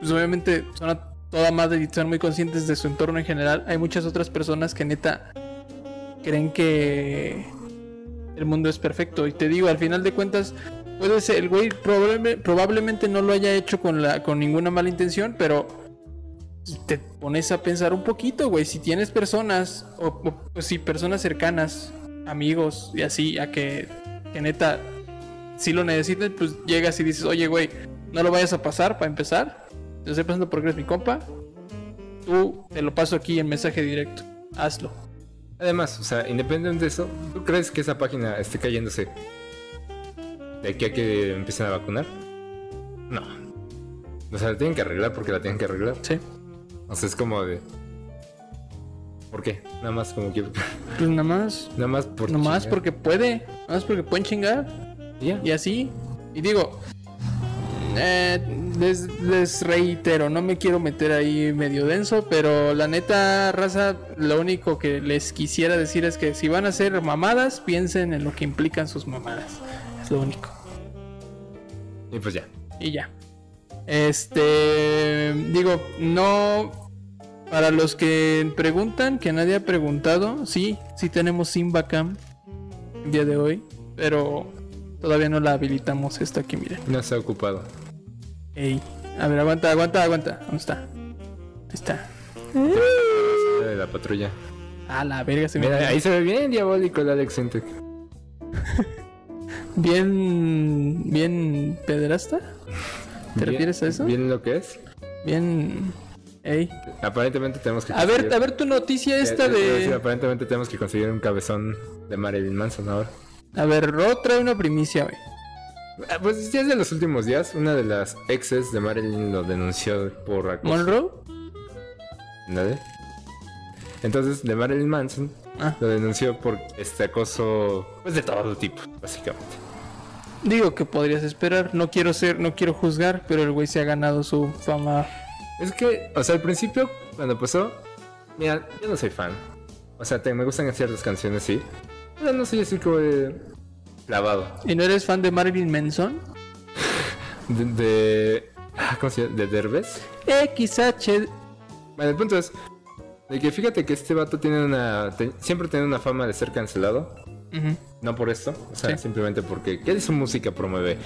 S2: pues obviamente son a toda madre y son muy conscientes de su entorno en general. Hay muchas otras personas que neta creen que el mundo es perfecto. Y te digo, al final de cuentas, puede ser, el güey probable- probablemente no lo haya hecho con, la, con ninguna mala intención, pero si te pones a pensar un poquito, güey. Si tienes personas, o, o- o si personas cercanas, amigos y así, a que, que neta, si lo necesitan, pues llegas y dices, oye, güey, no lo vayas a pasar para empezar. Te estoy pasando porque eres mi compa. Tú te lo paso aquí en mensaje directo. Hazlo.
S1: Además, o sea, independientemente de eso, ¿tú crees que esa página esté cayéndose de aquí a que empiecen a vacunar? No. O sea, la tienen que arreglar porque la tienen que arreglar.
S2: Sí.
S1: O sea, es como de. ¿Por qué? Nada más como que. *laughs*
S2: Pues nada más.
S1: Nada más por.
S2: Nada más
S1: chingar.
S2: porque puede. Nada más porque pueden chingar.
S1: Y ya.
S2: Y así. Y digo. eh, les, les reitero, no me quiero meter ahí medio denso, pero la neta raza, lo único que les quisiera decir es que si van a hacer mamadas, piensen en lo que implican sus mamadas. Es lo único.
S1: Y pues ya.
S2: y ya. Este, digo, no. Para los que preguntan, que nadie ha preguntado, sí, sí tenemos Simbacam el día de hoy, pero todavía no la habilitamos esta aquí, miren.
S1: No se ha ocupado.
S2: Ey, a ver, aguanta, aguanta, aguanta. ¿Dónde está? Ahí está.
S1: La de la patrulla.
S2: A la verga se me
S1: Mira,
S2: fue.
S1: ahí se ve bien diabólico el Alex Intec.
S2: Bien, bien pederasta. ¿Te
S1: Bien-
S2: refieres a eso?
S1: Bien lo que es.
S2: Bien. Ey.
S1: Aparentemente tenemos que.
S2: A ver,
S1: conseguir-
S2: a ver tu noticia
S1: Eh,
S2: esta
S1: eh, iba a decir,
S2: de.
S1: aparentemente tenemos que conseguir un cabezón de Marilyn Manson ahora.
S2: A ver, Ro trae una primicia, güey.
S1: Ah, Pues ya desde los últimos días, una de las Pues exes de Marilyn lo denunció por acoso.
S2: Monroe,
S1: ¿Nadie? Entonces, de Marilyn Manson
S2: Ah.
S1: lo denunció por este acoso, pues de todo tipo, básicamente.
S2: Digo que podrías esperar. No quiero ser, no quiero juzgar, pero el güey se ha ganado su fama.
S1: Es que, o sea, al principio, cuando pasó, mira, yo no soy fan. O sea, te- me gustan ciertas canciones, sí. Pero no soy así como de clavado.
S2: ¿Y no eres fan de Marvin Manson?
S1: De, de- ah, ¿Cómo se llama? ¿De Derbez?
S2: Eh, XH.
S1: Bueno, el punto es de que fíjate que este vato tiene una... te- siempre tiene una fama de ser cancelado.
S2: Ujú.
S1: No por esto, o sea,
S2: Sí.
S1: simplemente porque ¿qué su música promueve?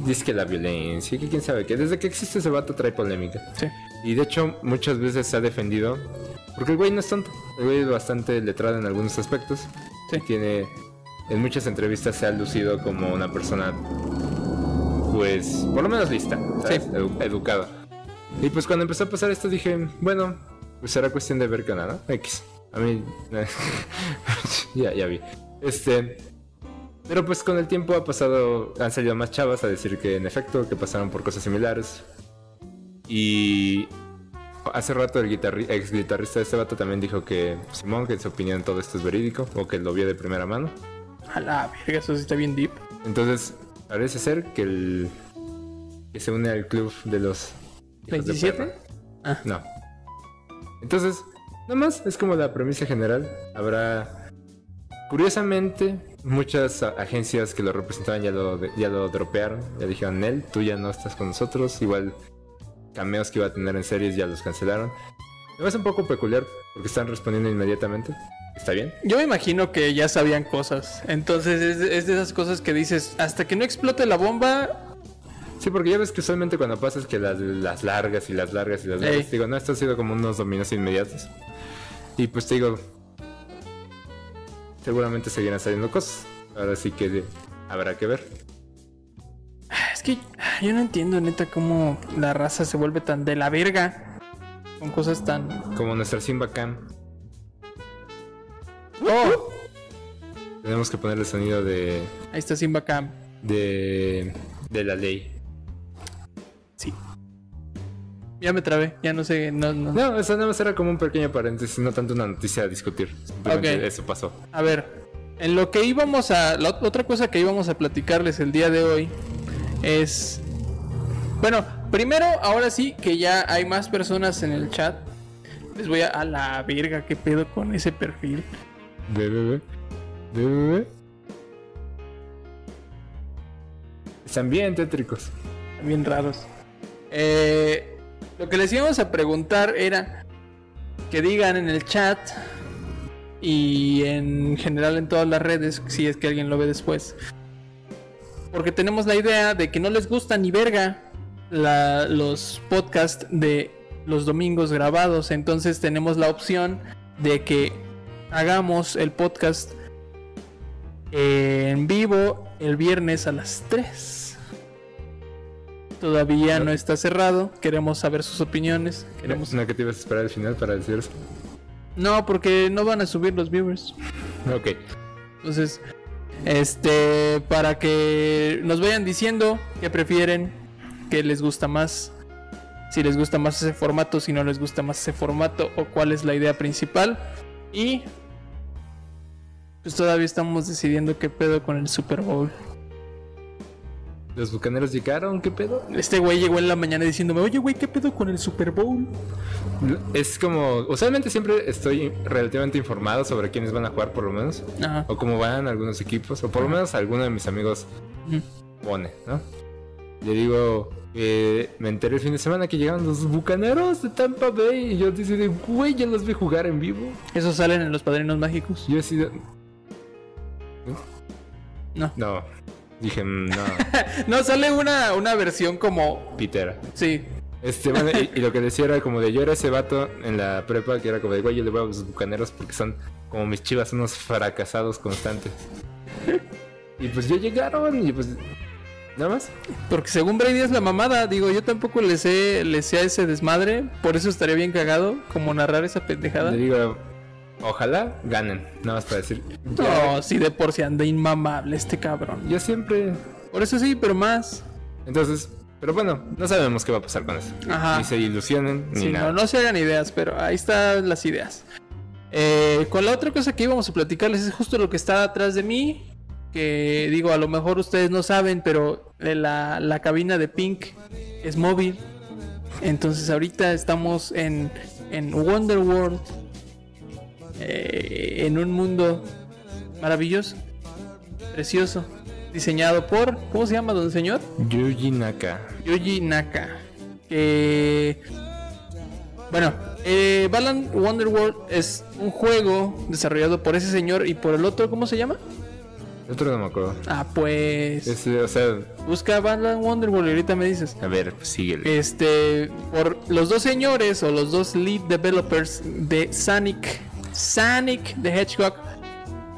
S1: Dice que la violencia, que quién sabe qué. Desde que existe ese vato trae polémica.
S2: Sí.
S1: Y de hecho, muchas veces se ha defendido. Porque el güey no es tonto. El güey es bastante letrado en algunos aspectos.
S2: Sí.
S1: Y tiene. En muchas entrevistas se ha lucido como una persona. Pues. Por lo menos lista. ¿sabes?
S2: Sí.
S1: Edu- educada. Y pues cuando empezó a pasar esto dije, bueno, pues será cuestión de ver Canadá. X. A mí. *laughs* ya, ya vi. Este. Pero pues con el tiempo ha pasado. Han salido más chavas a decir que en efecto, que pasaron por cosas similares. Y hace rato el guitarri- ex guitarrista de este vato también dijo que Simón, que en su opinión todo esto es verídico o que lo vio de primera mano.
S2: A la verga, eso sí está bien deep.
S1: Entonces, parece ser que el que se une al club de los hijos de
S2: 27?
S1: perra.
S2: Ah.
S1: No. Entonces, nada más es como la premisa general. Habrá curiosamente muchas a- agencias que lo representaban ya lo de- ya lo dropearon, ya dijeron, "Nel, tú ya no estás con nosotros." Igual cameos que iba a tener en series ya los cancelaron. Me parece un poco peculiar porque están respondiendo inmediatamente. Está bien.
S2: Yo me imagino que ya sabían cosas. Entonces es, es de esas cosas que dices, hasta que no explote la bomba,
S1: Sí, porque ya ves que usualmente cuando pasa es que las, las largas y las largas y las largas.
S2: Ey.
S1: Digo, no, esto ha sido como unos dominios inmediatos. Y pues te digo, seguramente seguirán saliendo cosas. Ahora sí que de- habrá que ver.
S2: es que yo no entiendo neta cómo la raza se vuelve tan de la verga. Con cosas tan...
S1: Como nuestra Simba Cam,
S2: ¡Oh!
S1: tenemos que ponerle sonido de,
S2: Ahí está Simba Cam.
S1: de, de la ley.
S2: Sí. Ya me trabé, ya no sé, no, no.
S1: No, eso nada más era como un pequeño paréntesis, no tanto una noticia a discutir. Simplemente
S2: Ok.
S1: eso pasó.
S2: A ver, en lo que íbamos a. La ot- otra cosa que íbamos a platicarles el día de hoy es. Bueno, primero, ahora sí que ya hay más personas en el chat. Les voy a. A la verga, qué pedo con ese perfil.
S1: Ve, ve, ve. Ve, ve, ve. Están bien tétricos.
S2: Bien raros. Eh, lo que les íbamos a preguntar era que digan en el chat y en general en todas las redes, si es que alguien lo ve después. Porque tenemos la idea de que no les gusta ni verga la- los podcasts de los domingos grabados. Entonces tenemos la opción de que hagamos el podcast eh, en vivo el viernes a las 3. Todavía no está cerrado. Queremos saber sus opiniones. Queremos...
S1: No, que te ibas a esperar al final para decir eso.
S2: No, porque no van a subir los viewers.
S1: Ok.
S2: Entonces, este, para que nos vayan diciendo qué prefieren, qué les gusta más, si les gusta más ese formato, si no les gusta más ese formato, o cuál es la idea principal. Y, pues todavía estamos decidiendo qué pedo con el Super Bowl.
S1: ¿Los bucaneros llegaron? ¿Qué pedo?
S2: Este güey llegó en la mañana diciéndome, oye güey, ¿qué pedo con el Super Bowl?
S1: Es como. Usualmente siempre estoy relativamente informado sobre quiénes van a jugar, por lo menos.
S2: Ajá.
S1: O cómo van algunos equipos. O por lo menos alguno de mis amigos
S2: Ujú.
S1: pone, ¿no? Le digo. que me enteré el fin de semana que llegaron los bucaneros de Tampa Bay. Y yo dije, de, güey, ya los vi jugar en vivo.
S2: ¿Esos salen en los Padrinos Mágicos?
S1: Yo así de.
S2: No.
S1: No. Dije, "Mm, *laughs* no,
S2: No, sale una, una versión como...
S1: Pitera.
S2: Sí,
S1: Este, bueno, y, y lo que decía era como de yo era ese vato en la prepa que era como de güey, yo le voy a los bucaneros porque son como mis chivas, son unos fracasados constantes. Y pues ya llegaron y pues. Nada más.
S2: Porque según Brady es la mamada, digo, yo tampoco le sé, le sé a ese desmadre, por eso estaría bien cagado como narrar esa pendejada.
S1: Le digo, ojalá ganen. Nada más para decir. ya,
S2: No, si de por sí anda inmamable este cabrón.
S1: Yo siempre.
S2: Por eso sí, pero más.
S1: Entonces, pero bueno, no sabemos qué va a pasar con eso.
S2: Ajá.
S1: Ni se ilusionen, ni
S2: Sí,
S1: nada.
S2: no, no se hagan ideas, pero ahí están las ideas. Eh, con la otra cosa que íbamos a platicarles es justo lo que está atrás de mí. Que digo, a lo mejor ustedes no saben, pero eh, la, la cabina de Pink es móvil. Entonces ahorita estamos en, en Wonderworld. eh, en un mundo maravilloso. Precioso. Diseñado por. ¿Cómo se llama, don señor?
S1: Yuji Naka.
S2: Yoji Naka. Que. Bueno, eh, Balan Wonderworld es un juego desarrollado por ese señor y por el otro, ¿cómo se llama?
S1: Otro no me acuerdo.
S2: Ah, pues.
S1: Es, eh, o sea,
S2: Busca Balan Wonderworld y ahorita me dices.
S1: a ver, pues síguele.
S2: Este. Por los dos señores o los dos lead developers de Sonic. Sonic the Hedgehog.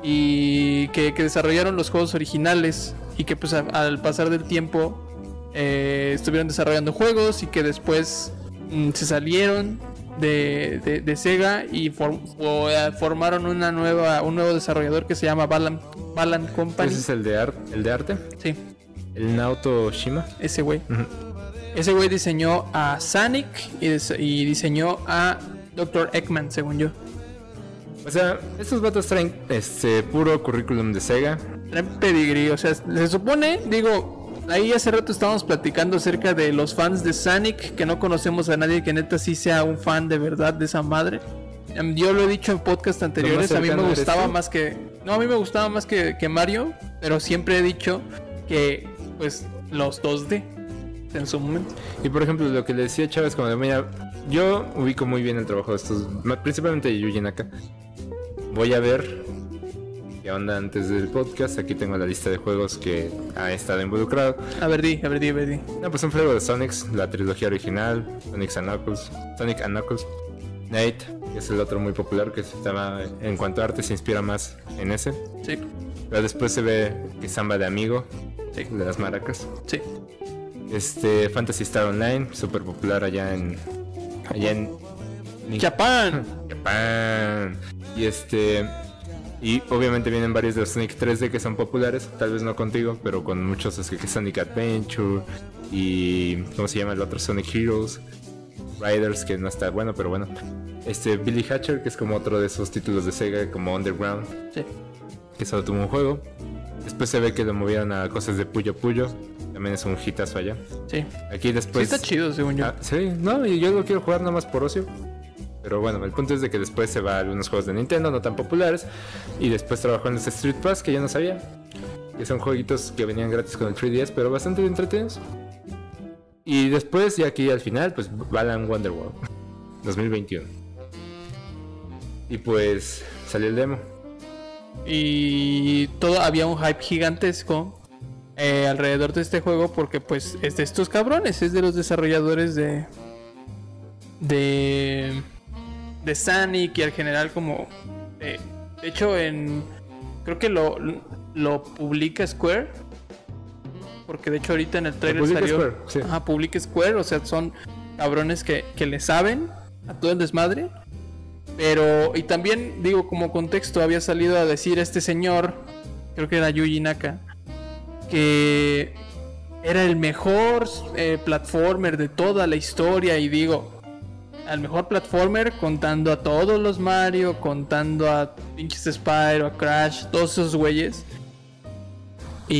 S2: Y que, que desarrollaron los juegos originales. Y que pues a- al pasar del tiempo. eh, estuvieron desarrollando juegos. Y que después mm, se salieron de, de- de Sega. Y for- o, eh, formaron una nueva, un nuevo desarrollador que se llama Balan, Balan Company.
S1: Ese es el de, ar- el de arte.
S2: Sí,
S1: El Naoto Shima.
S2: ese güey.
S1: Ujú.
S2: Ese güey diseñó a Sonic y, dis- y diseñó a Dr. Eggman, según yo.
S1: O sea, estos vatos traen este puro currículum de Sega.
S2: Traen pedigrí, o sea, se supone, digo, ahí hace rato estábamos platicando acerca de los fans de Sonic, que no conocemos a nadie que neta sí sea un fan de verdad de esa madre. Em, Yo lo he dicho en podcast anteriores, a mí me
S1: cercano eres
S2: gustaba
S1: tú.
S2: más que... No, a mí me gustaba más que, que Mario, pero siempre he dicho que, pues, los 2D en su momento.
S1: Y por ejemplo, lo que le decía Chávez, como de, mira, yo ubico muy bien el trabajo de estos, ma- principalmente de Yuji Naka. Voy a ver qué onda antes del podcast. Aquí tengo la lista de juegos que ha estado involucrado.
S2: A ver, di, a ver, di, a ver, di.
S1: No, pues un fregado de Sonics, la trilogía original, Sonic and Knuckles, Sonic and Knuckles, Night, que es el otro muy popular que se llama, en cuanto a arte se inspira más en ese.
S2: Sí,
S1: Pero después se ve que Samba de Amigo,
S2: Sí.
S1: de las maracas.
S2: sí.
S1: Este, Fantasy Star Online, súper popular allá en... Allá en... en
S2: Japón.
S1: Japón. Y este... Y obviamente vienen varios de los Sonic 3D que son populares, tal vez no contigo, pero con muchos, es que que Sonic Adventure y... ¿Cómo se llama el otro? Sonic Heroes, Riders, que no está bueno, pero bueno. Este, Billy Hatcher, que es como otro de esos títulos de Sega, como Underground,
S2: *laughs* Sí.
S1: que solo tuvo un juego. Después se ve que lo movieron a cosas de Puyo Puyo, también es un hitazo allá.
S2: Sí.
S1: Aquí después...
S2: sí está chido, según yo.
S1: Ah, sí, no, y yo lo quiero jugar nada más por ocio. Pero bueno, el punto es de que después se va a algunos juegos de Nintendo no tan populares. Y después trabajó en los Street Pass, que yo no sabía. Que son jueguitos que venían gratis con el 3DS, pero bastante bien entretenidos. Y después, y aquí al final, pues Balan Wonderworld *laughs* 2021. Y pues salió el demo.
S2: Y todo había un hype gigantesco eh, alrededor de este juego porque pues es de estos cabrones, es de los desarrolladores de de de Sonic y al general como eh, de hecho en creo que lo lo publica Square porque de hecho ahorita en el trailer
S1: publica
S2: salió
S1: Square, sí.
S2: ajá, publica Square, o sea, son cabrones que que le saben a todo el desmadre. Pero, y también, digo, como contexto, había salido a decir este señor, creo que era Yuji Naka, que era el mejor eh, platformer de toda la historia. Y digo, al mejor platformer contando a todos los Mario, contando a pinches Spyro, a Crash, todos esos güeyes.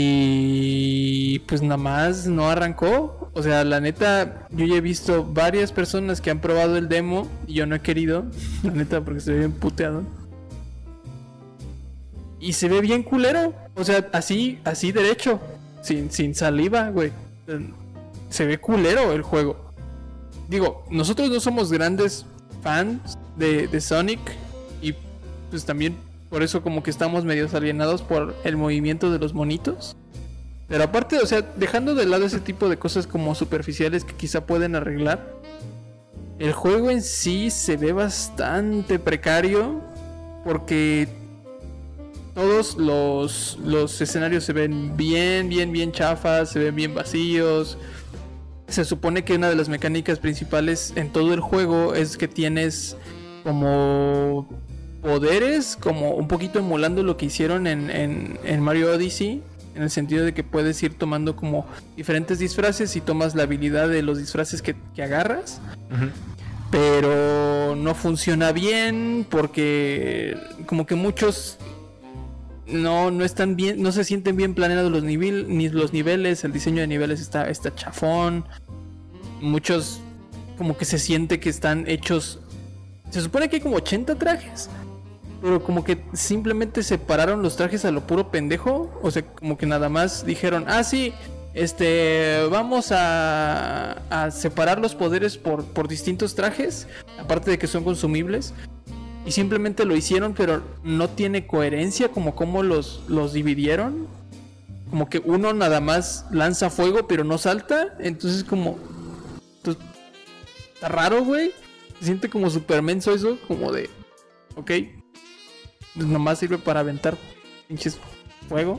S2: Y pues nada más no arrancó. O sea, la neta, yo ya he visto varias personas que han probado el demo y yo no he querido. La neta, porque se ve bien puteado. Y se ve bien culero. O sea, así, así derecho. Sin, sin saliva, güey. Se ve culero el juego. Digo, nosotros no somos grandes fans de, de Sonic. Y pues también por eso como que estamos medio alienados por el movimiento de los monitos. Pero aparte, o sea, dejando de lado ese tipo de cosas como superficiales que quizá pueden arreglar, el juego en sí se ve bastante precario porque todos los, los escenarios se ven bien, bien, bien chafas, se ven bien vacíos. Se supone que una de las mecánicas principales en todo el juego es que tienes como poderes, como un poquito emulando lo que hicieron en, en- en Mario Odyssey, en el sentido de que puedes ir tomando como diferentes disfraces y tomas la habilidad de los disfraces que, que agarras. pero no funciona bien porque como que muchos no, no están bien, no se sienten bien planeados los, nivel, ni los niveles, el diseño de niveles está, está chafón. Muchos como que se siente que están hechos. Se supone que hay como 80 trajes. Pero como que simplemente separaron los trajes a lo puro pendejo. O sea, como que nada más dijeron, ah, sí, este, vamos a, a separar los poderes por, por distintos trajes. Aparte de que son consumibles. Y simplemente lo hicieron, pero no tiene coherencia como cómo los, los dividieron. Como que uno nada más lanza fuego, pero no salta. Entonces como... Entonces, está raro, güey. Se siente como super menso eso, como de... Ok. Pues nomás sirve para aventar pinches fuego.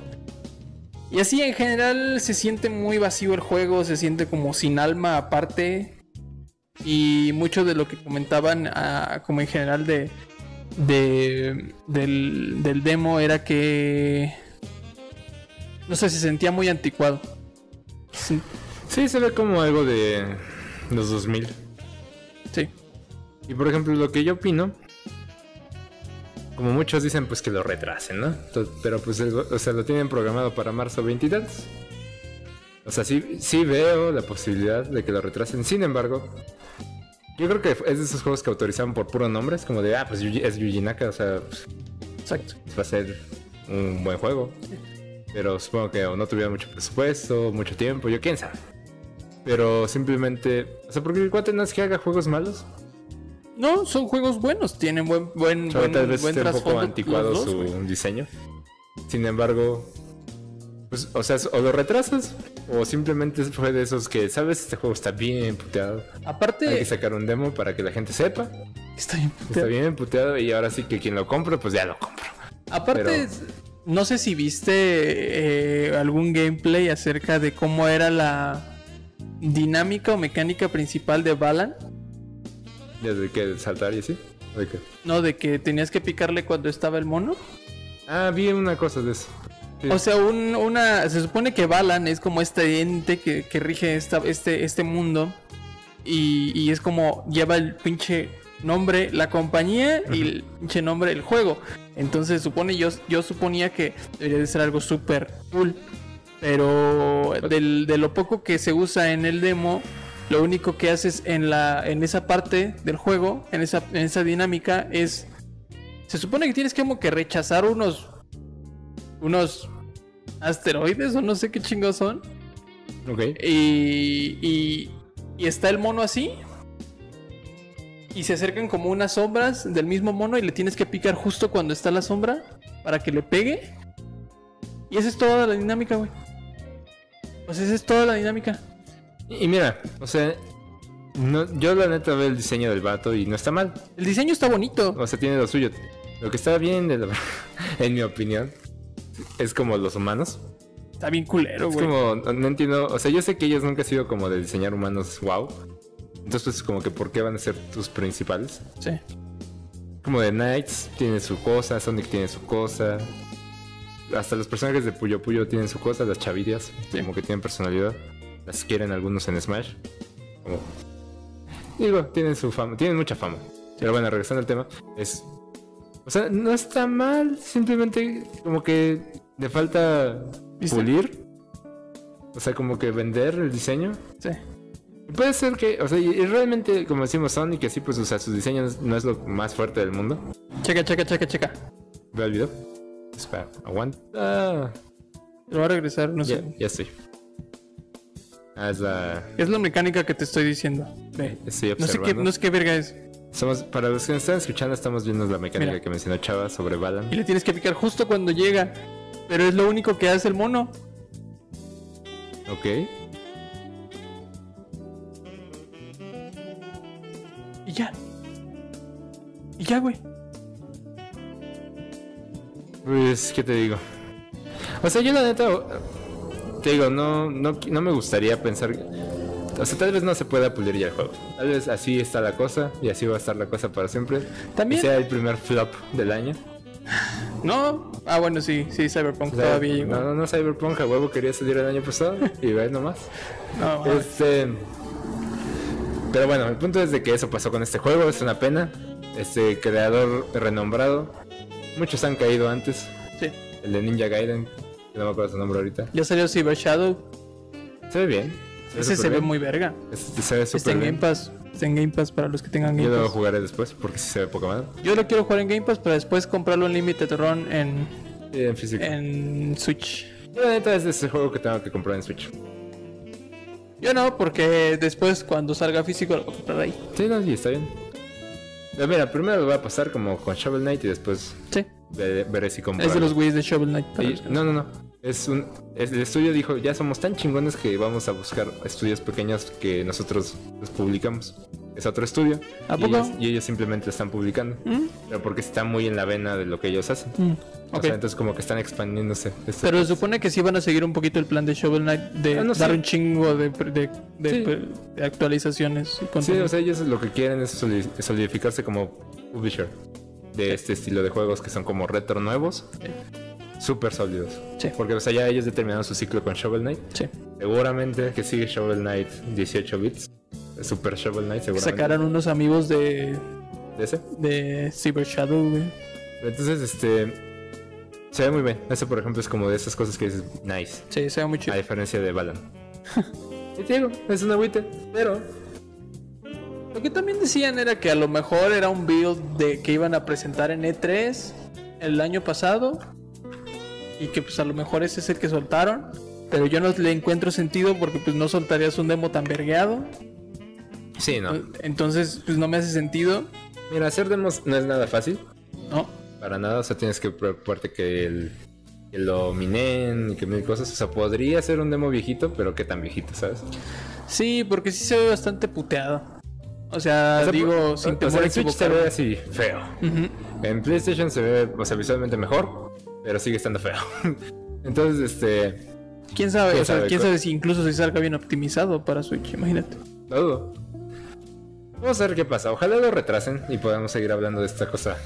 S2: Y así en general se siente muy vacío el juego, se siente como sin alma aparte. Y mucho de lo que comentaban ah, como en general de, de del, del demo era que no sé, se sentía muy anticuado. Sí,
S1: Sí, se ve como algo de los 2000.
S2: sí.
S1: Y por ejemplo, lo que yo opino, como muchos dicen, pues que lo retrasen, ¿no? To- Pero pues, el- o sea, lo tienen programado para marzo 20 y tantos. O sea, sí, sí veo la posibilidad de que lo retrasen. Sin embargo, yo creo que es de esos juegos que autorizaron por puro nombre. Es como de, ah, pues Yuji- es Yuji Naka, o sea, pues,
S2: Exacto.
S1: va a ser un buen juego. Pero supongo que o no tuvieron mucho presupuesto, mucho tiempo, yo quién sabe. Pero simplemente, o sea, porque el cuate no es que haga juegos malos,
S2: No, son juegos buenos, tienen buen buen
S1: Solo
S2: buen,
S1: tal vez
S2: buen
S1: esté un poco
S2: trasfondo
S1: anticuado
S2: los dos,
S1: su
S2: güey.
S1: diseño. Sin embargo, pues, o sea, o lo retrasas o simplemente fue de esos que, sabes, este juego está bien puteado. Hay
S2: Aparte
S1: que sacar un demo para que la gente sepa.
S2: está bien
S1: que Está bien puteado y ahora sí que quien lo compra, pues ya lo compro.
S2: Aparte,
S1: Pero-
S2: es- no sé si viste eh, algún gameplay acerca de cómo era la dinámica o mecánica principal de Balan.
S1: Desde que saltar y así. ¿De qué?
S2: No, de que tenías que picarle cuando estaba el mono.
S1: Ah, vi una cosa de eso. Sí.
S2: O sea, un- una. Se supone que Balan es como este ente que, que rige esta, este, este mundo. Y, y es como lleva el pinche nombre la compañía y el pinche nombre el juego. Entonces supone, yo, yo suponía que debería de ser algo súper cool. Pero del- de lo poco que se usa en el demo, lo único que haces en, la, en esa parte del juego, en esa, en esa dinámica, es. Se supone que tienes como que rechazar unos. unos asteroides o no sé qué chingos son.
S1: ok.
S2: Y, y, y está el mono así. Y se acercan como unas sombras del mismo mono y le tienes que picar justo cuando está la sombra para que le pegue. Y esa es toda la dinámica, güey. Pues esa es toda la dinámica.
S1: Y, y mira, o sea, no, yo la neta veo el diseño del vato y no está mal.
S2: El diseño está bonito.
S1: O sea, tiene lo suyo. Lo que está bien, de la- *laughs* en mi opinión, es como los humanos.
S2: Está bien culero,
S1: Es
S2: güey.
S1: como, no no entiendo, o sea, yo sé que ellos nunca han sido como de diseñar humanos, wow. Entonces, pues, como que, ¿por qué van a ser tus principales?
S2: Sí.
S1: Como de Knights tiene su cosa, Sonic tiene su cosa. Hasta los personajes de Puyo Puyo tienen su cosa, las chavillas,
S2: Sí.
S1: como que tienen personalidad. Las quieren algunos en Smash. Como... Digo, tienen su fama, tienen mucha fama. Pero bueno, regresando al tema, es. O sea, no está mal, simplemente como que le falta
S2: ¿Viste?
S1: pulir. O sea, como que vender el diseño.
S2: Sí.
S1: Y Puede ser que, o sea, y y realmente, como decimos Sonic, así pues, o sea, su diseño no es- no es lo más fuerte del mundo.
S2: Checa, checa, checa, checa.
S1: Veo el video. Espera,
S2: Ah,
S1: aguanta.
S2: Lo va a regresar, no
S1: Ya,
S2: sé.
S1: ya estoy. Ah, es la.
S2: Es la mecánica que te estoy diciendo. Ve.
S1: Estoy
S2: No sé qué,
S1: observando.
S2: no sé qué verga es.
S1: Somos, para los que nos están escuchando, estamos viendo la mecánica
S2: Mira.
S1: que mencionó Chava sobre Balan.
S2: Y le tienes que picar justo cuando llega. Pero es lo único que hace el mono.
S1: Ok.
S2: Y ya. Y ya, güey.
S1: Pues, ¿qué te digo? O sea, yo la neta. o- Te digo, no, no, qui- no me gustaría pensar. O sea, tal vez no se pueda pulir ya el juego. Tal vez así está la cosa y así va a estar la cosa para siempre.
S2: También-
S1: Y sea el primer flop del año.
S2: No. Ah, bueno, sí, sí, Cyberpunk
S1: O sea,
S2: todavía llegó.
S1: no, no, no, Cyberpunk, a huevo quería salir el año pasado y ve nomás.
S2: No, mames.
S1: Este. Pero bueno, el punto es de que eso pasó con este juego, es una pena. Este creador renombrado. Muchos han caído antes.
S2: Sí.
S1: El de Ninja Gaiden, que no me acuerdo su nombre ahorita.
S2: Ya salió Cyber Shadow.
S1: Se ve bien. Se ve
S2: Ese se
S1: súper
S2: ve
S1: bien.
S2: muy verga.
S1: Este se ve
S2: Está
S1: súper
S2: en Game
S1: bien.
S2: Pass. Está en Game Pass para los que tengan
S1: Yo
S2: Game
S1: lo
S2: Pass.
S1: jugaré después porque sí se ve poco mal.
S2: Yo lo quiero jugar en Game Pass para después comprarlo en Limited Run en,
S1: Sí, en físico.
S2: Eh. en Switch.
S1: Yo, la neta es ese juego que tengo que comprar en Switch.
S2: Yo no, porque después cuando salga físico lo voy a comprar ahí.
S1: Sí, no, sí, está bien. Pero mira, primero lo voy a pasar como con Shovel Knight y después
S2: Sí.
S1: veré, veré si compro.
S2: Es de
S1: algo.
S2: los güeyes de Shovel Knight. para
S1: Y-
S2: los que no-
S1: no, no, no. Es un, es- el estudio dijo, ya somos tan chingones que vamos a buscar estudios pequeños que nosotros los publicamos. Es otro estudio.
S2: ¿A
S1: y,
S2: poco?
S1: Ellos, y ellos simplemente están publicando.
S2: ¿Mm?
S1: Pero porque está muy en la vena de lo que ellos hacen.
S2: Mm,
S1: O
S2: ok.
S1: sea, entonces como que están expandiéndose. Este, Esto-
S2: Pero se supone que sí van a seguir un poquito el plan de Shovel Knight de
S1: Ah, no sé.
S2: dar un chingo de, pre- de- de
S1: Sí.
S2: pre- de actualizaciones y
S1: sí,
S2: contenido.
S1: o sea, ellos lo que quieren es soli- solidificarse como publisher de este estilo de juegos que son como retro nuevos, súper sólidos.
S2: Sí.
S1: Porque, o sea, ya ellos determinaron su ciclo con Shovel Knight.
S2: Sí.
S1: Seguramente que sigue Shovel Knight 18 bits. Super Shovel Knight, seguramente.
S2: Sacaron unos amigos de,
S1: de ese.
S2: de Cyber Shadow, güey.
S1: Entonces, este. Se ve muy bien. Ese, por ejemplo, es como de esas cosas que dices, nice.
S2: Sí, se ve muy chido.
S1: A diferencia de Balan. y te digo, *laughs* es un agüite. Pero,
S2: Lo que también decían era que a lo mejor era un build de que iban a presentar en E3 el año pasado y que pues a lo mejor ese es el que soltaron, pero yo no le encuentro sentido porque pues no soltarías un demo tan vergueado,
S1: sí, no.
S2: entonces pues no me hace sentido,
S1: Mira, hacer demos no es nada fácil.
S2: ¿no?
S1: Para nada. O sea, tienes que preocuparte que el. Que lo minen y que mil cosas. O sea, podría ser un demo viejito, pero qué tan viejito, ¿sabes?
S2: Sí, porque sí se ve bastante puteado. O sea,
S1: O sea,
S2: digo,
S1: o-
S2: sin
S1: o sea,
S2: temor a
S1: en Switch se ve
S2: equivocarme.
S1: así, feo.
S2: Ujú.
S1: En PlayStation se ve, o sea, visualmente mejor, pero sigue estando feo. *laughs* Entonces, este,
S2: ¿Quién sabe?
S1: Quién
S2: o sea,
S1: sabe,
S2: quién
S1: co-
S2: sabe si incluso si salga bien optimizado para Switch, imagínate.
S1: lo dudo. Vamos a ver qué pasa. Ojalá lo retrasen y podamos seguir hablando de esta cosa.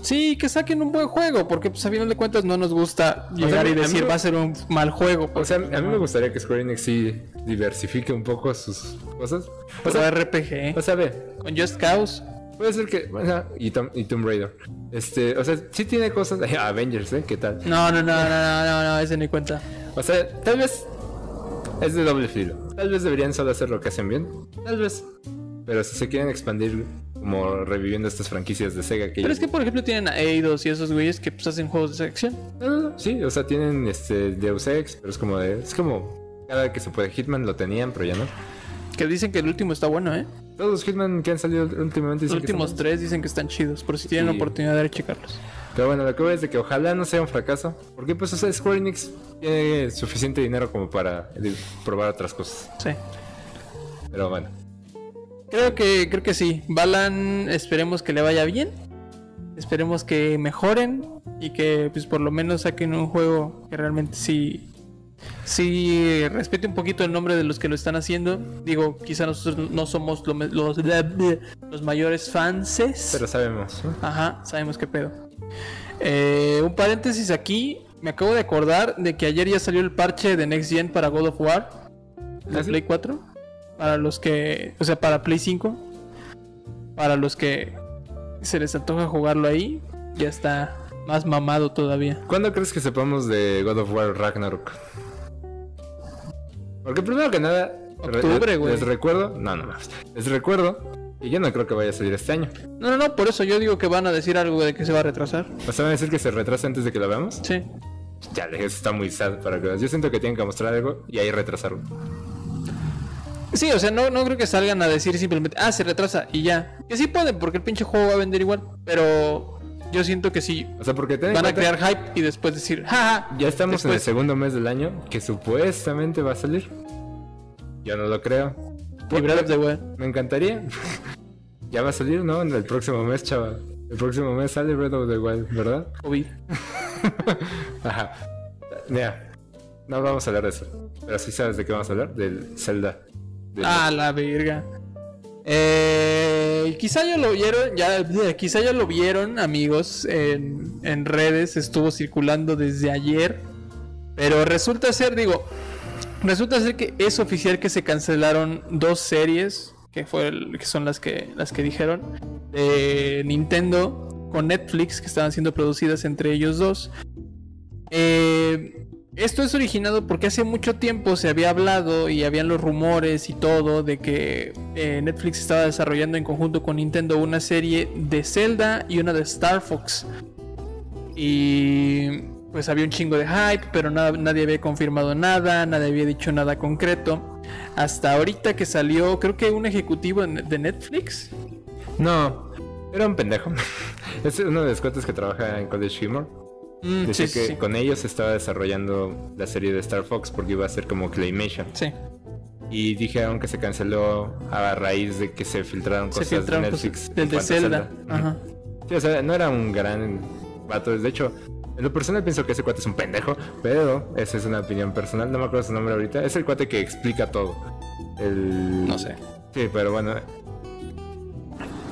S2: Sí, que saquen un buen juego, porque pues a final de cuentas no nos gusta llegar
S1: sea,
S2: y
S1: a mí
S2: decir
S1: me-
S2: va a ser un mal juego.
S1: O sea, a mí me gustaría que Square Enix sí diversifique un poco sus cosas. O
S2: O
S1: sea,
S2: RPG.
S1: o sea ve,
S2: ¿eh? Con Just Cause.
S1: puede ser que. bueno, y, Tom- y Tomb Raider. Este, o sea, sí tiene cosas. *laughs* Avengers, ¿eh? ¿Qué tal?
S2: No, no, no, no, no, no, no, ese ni cuenta.
S1: O sea, tal vez es de doble filo. Tal vez deberían solo hacer lo que hacen bien. Tal vez. Pero si se quieren expandir como reviviendo estas franquicias de Sega que...
S2: Pero es que, por ejemplo, tienen a Eidos y esos güeyes que pues hacen juegos de acción.
S1: No, no, no, Sí, o sea, tienen este Deus Ex, pero es como de... Es como cada que se puede Hitman lo tenían, pero ya no.
S2: Que dicen que el último está bueno, ¿eh?
S1: Todos los Hitman que han salido últimamente...
S2: Los
S1: dicen que son
S2: últimos tres dicen que están chidos, por si tienen la
S1: Sí.
S2: oportunidad de checarlos.
S1: Pero bueno, lo que veo es de que ojalá no sea un fracaso. Porque pues, o sea, Square Enix tiene suficiente dinero como para eh, probar otras cosas.
S2: Sí.
S1: Pero bueno.
S2: Creo que, creo que sí. Balan, esperemos que le vaya bien. Esperemos que mejoren. Y que pues por lo menos saquen un juego que realmente sí. Sí, respete un poquito el nombre de los que lo están haciendo. Digo, quizá nosotros no somos lo me- los, *laughs* los mayores fanses.
S1: Pero sabemos. ¿no?
S2: Ajá, sabemos qué pedo. Eh, un paréntesis aquí. Me acabo de acordar de que ayer ya salió el parche de Next Gen para God of War.
S1: ¿Ah,
S2: De
S1: sí?
S2: Play 4. Para los que. O sea, para Play 5. Para los que se les antoja jugarlo ahí. Ya está más mamado todavía.
S1: ¿Cuándo crees que sepamos de God of War Ragnarok? Porque primero que nada, re-
S2: Octubre, güey.
S1: les recuerdo, no, no más, les recuerdo y yo no creo que vaya a salir este año.
S2: No, no, no, por eso yo digo que van a decir algo de que se va a retrasar.
S1: O sea, van a decir que se retrasa antes de que lo veamos.
S2: Sí.
S1: Ya, eso está muy sad para que yo siento que tienen que mostrar algo y ahí retrasarlo.
S2: Sí, o sea, no, no creo que salgan a decir simplemente, ah, se retrasa y ya. Que sí pueden, porque el pinche juego va a vender igual. Pero yo siento que sí
S1: O sea, porque ten en
S2: Van a
S1: cuenta-
S2: crear hype y después decir, jaja.
S1: Ya estamos en el
S2: Después-
S1: segundo mes del año que supuestamente va a salir. Yo no lo creo.
S2: Y Breath of the Wild.
S1: Me encantaría. *laughs* ya va a salir, ¿no? En el próximo mes, chaval. El próximo mes sale Breath of the Wild, ¿verdad?
S2: Covid.
S1: Ajá. Mira, no vamos a hablar de eso. Pero sí sabes de qué vamos a hablar, del Zelda. Del-
S2: Ah, la verga. Eh, quizá ya lo vieron, ya, bleh, quizá ya lo vieron, amigos, en, en redes, estuvo circulando desde ayer. Pero resulta ser, digo, resulta ser que es oficial que se cancelaron dos series que, fue el- que son las que, las que dijeron, de Nintendo con Netflix, que estaban siendo producidas entre ellos dos. Eh, esto es originado porque hace mucho tiempo se había hablado y habían los rumores y todo de que eh, Netflix estaba desarrollando en conjunto con Nintendo una serie de Zelda y una de Star Fox. Y pues había un chingo de hype, pero nada- nadie había confirmado nada, nadie había dicho nada concreto. Hasta ahorita que salió, creo que un ejecutivo en- de Netflix.
S1: No, era un pendejo. *laughs* es uno de los cuates que trabaja en College Humor.
S2: Mm,
S1: Decía
S2: sí,
S1: que
S2: sí,
S1: con ellos estaba desarrollando la serie de Star Fox porque iba a ser como Claymation.
S2: sí.
S1: Y dijeron que se canceló a raíz de que se filtraron
S2: Se
S1: cosas
S2: filtraron
S1: de
S2: cosas
S1: Netflix. en
S2: del de
S1: cuanto a
S2: Zelda. Ajá.
S1: Sí, o sea, no era un gran vato. De hecho, en lo personal pienso que ese cuate es un pendejo, pero esa es una opinión personal. No me acuerdo su nombre ahorita. Es el cuate que explica todo. El...
S2: No sé.
S1: Sí, pero bueno.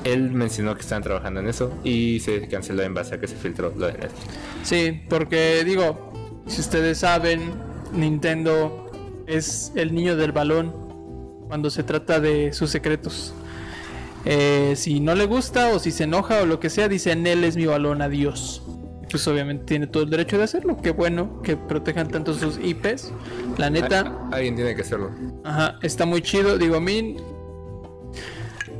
S1: Él mencionó que estaban trabajando en eso y se canceló en base a que se filtró lo de Netflix.
S2: Sí, porque digo, si ustedes saben, Nintendo es el niño del balón cuando se trata de sus secretos. Eh, si no le gusta o si se enoja o lo que sea, dicen él es mi balón, adiós. Pues obviamente tiene todo el derecho de hacerlo. Qué bueno que protejan tanto sus IPs. La neta.
S1: Al- Ah, alguien tiene que hacerlo.
S2: Ajá, está muy chido. Digo, a mí.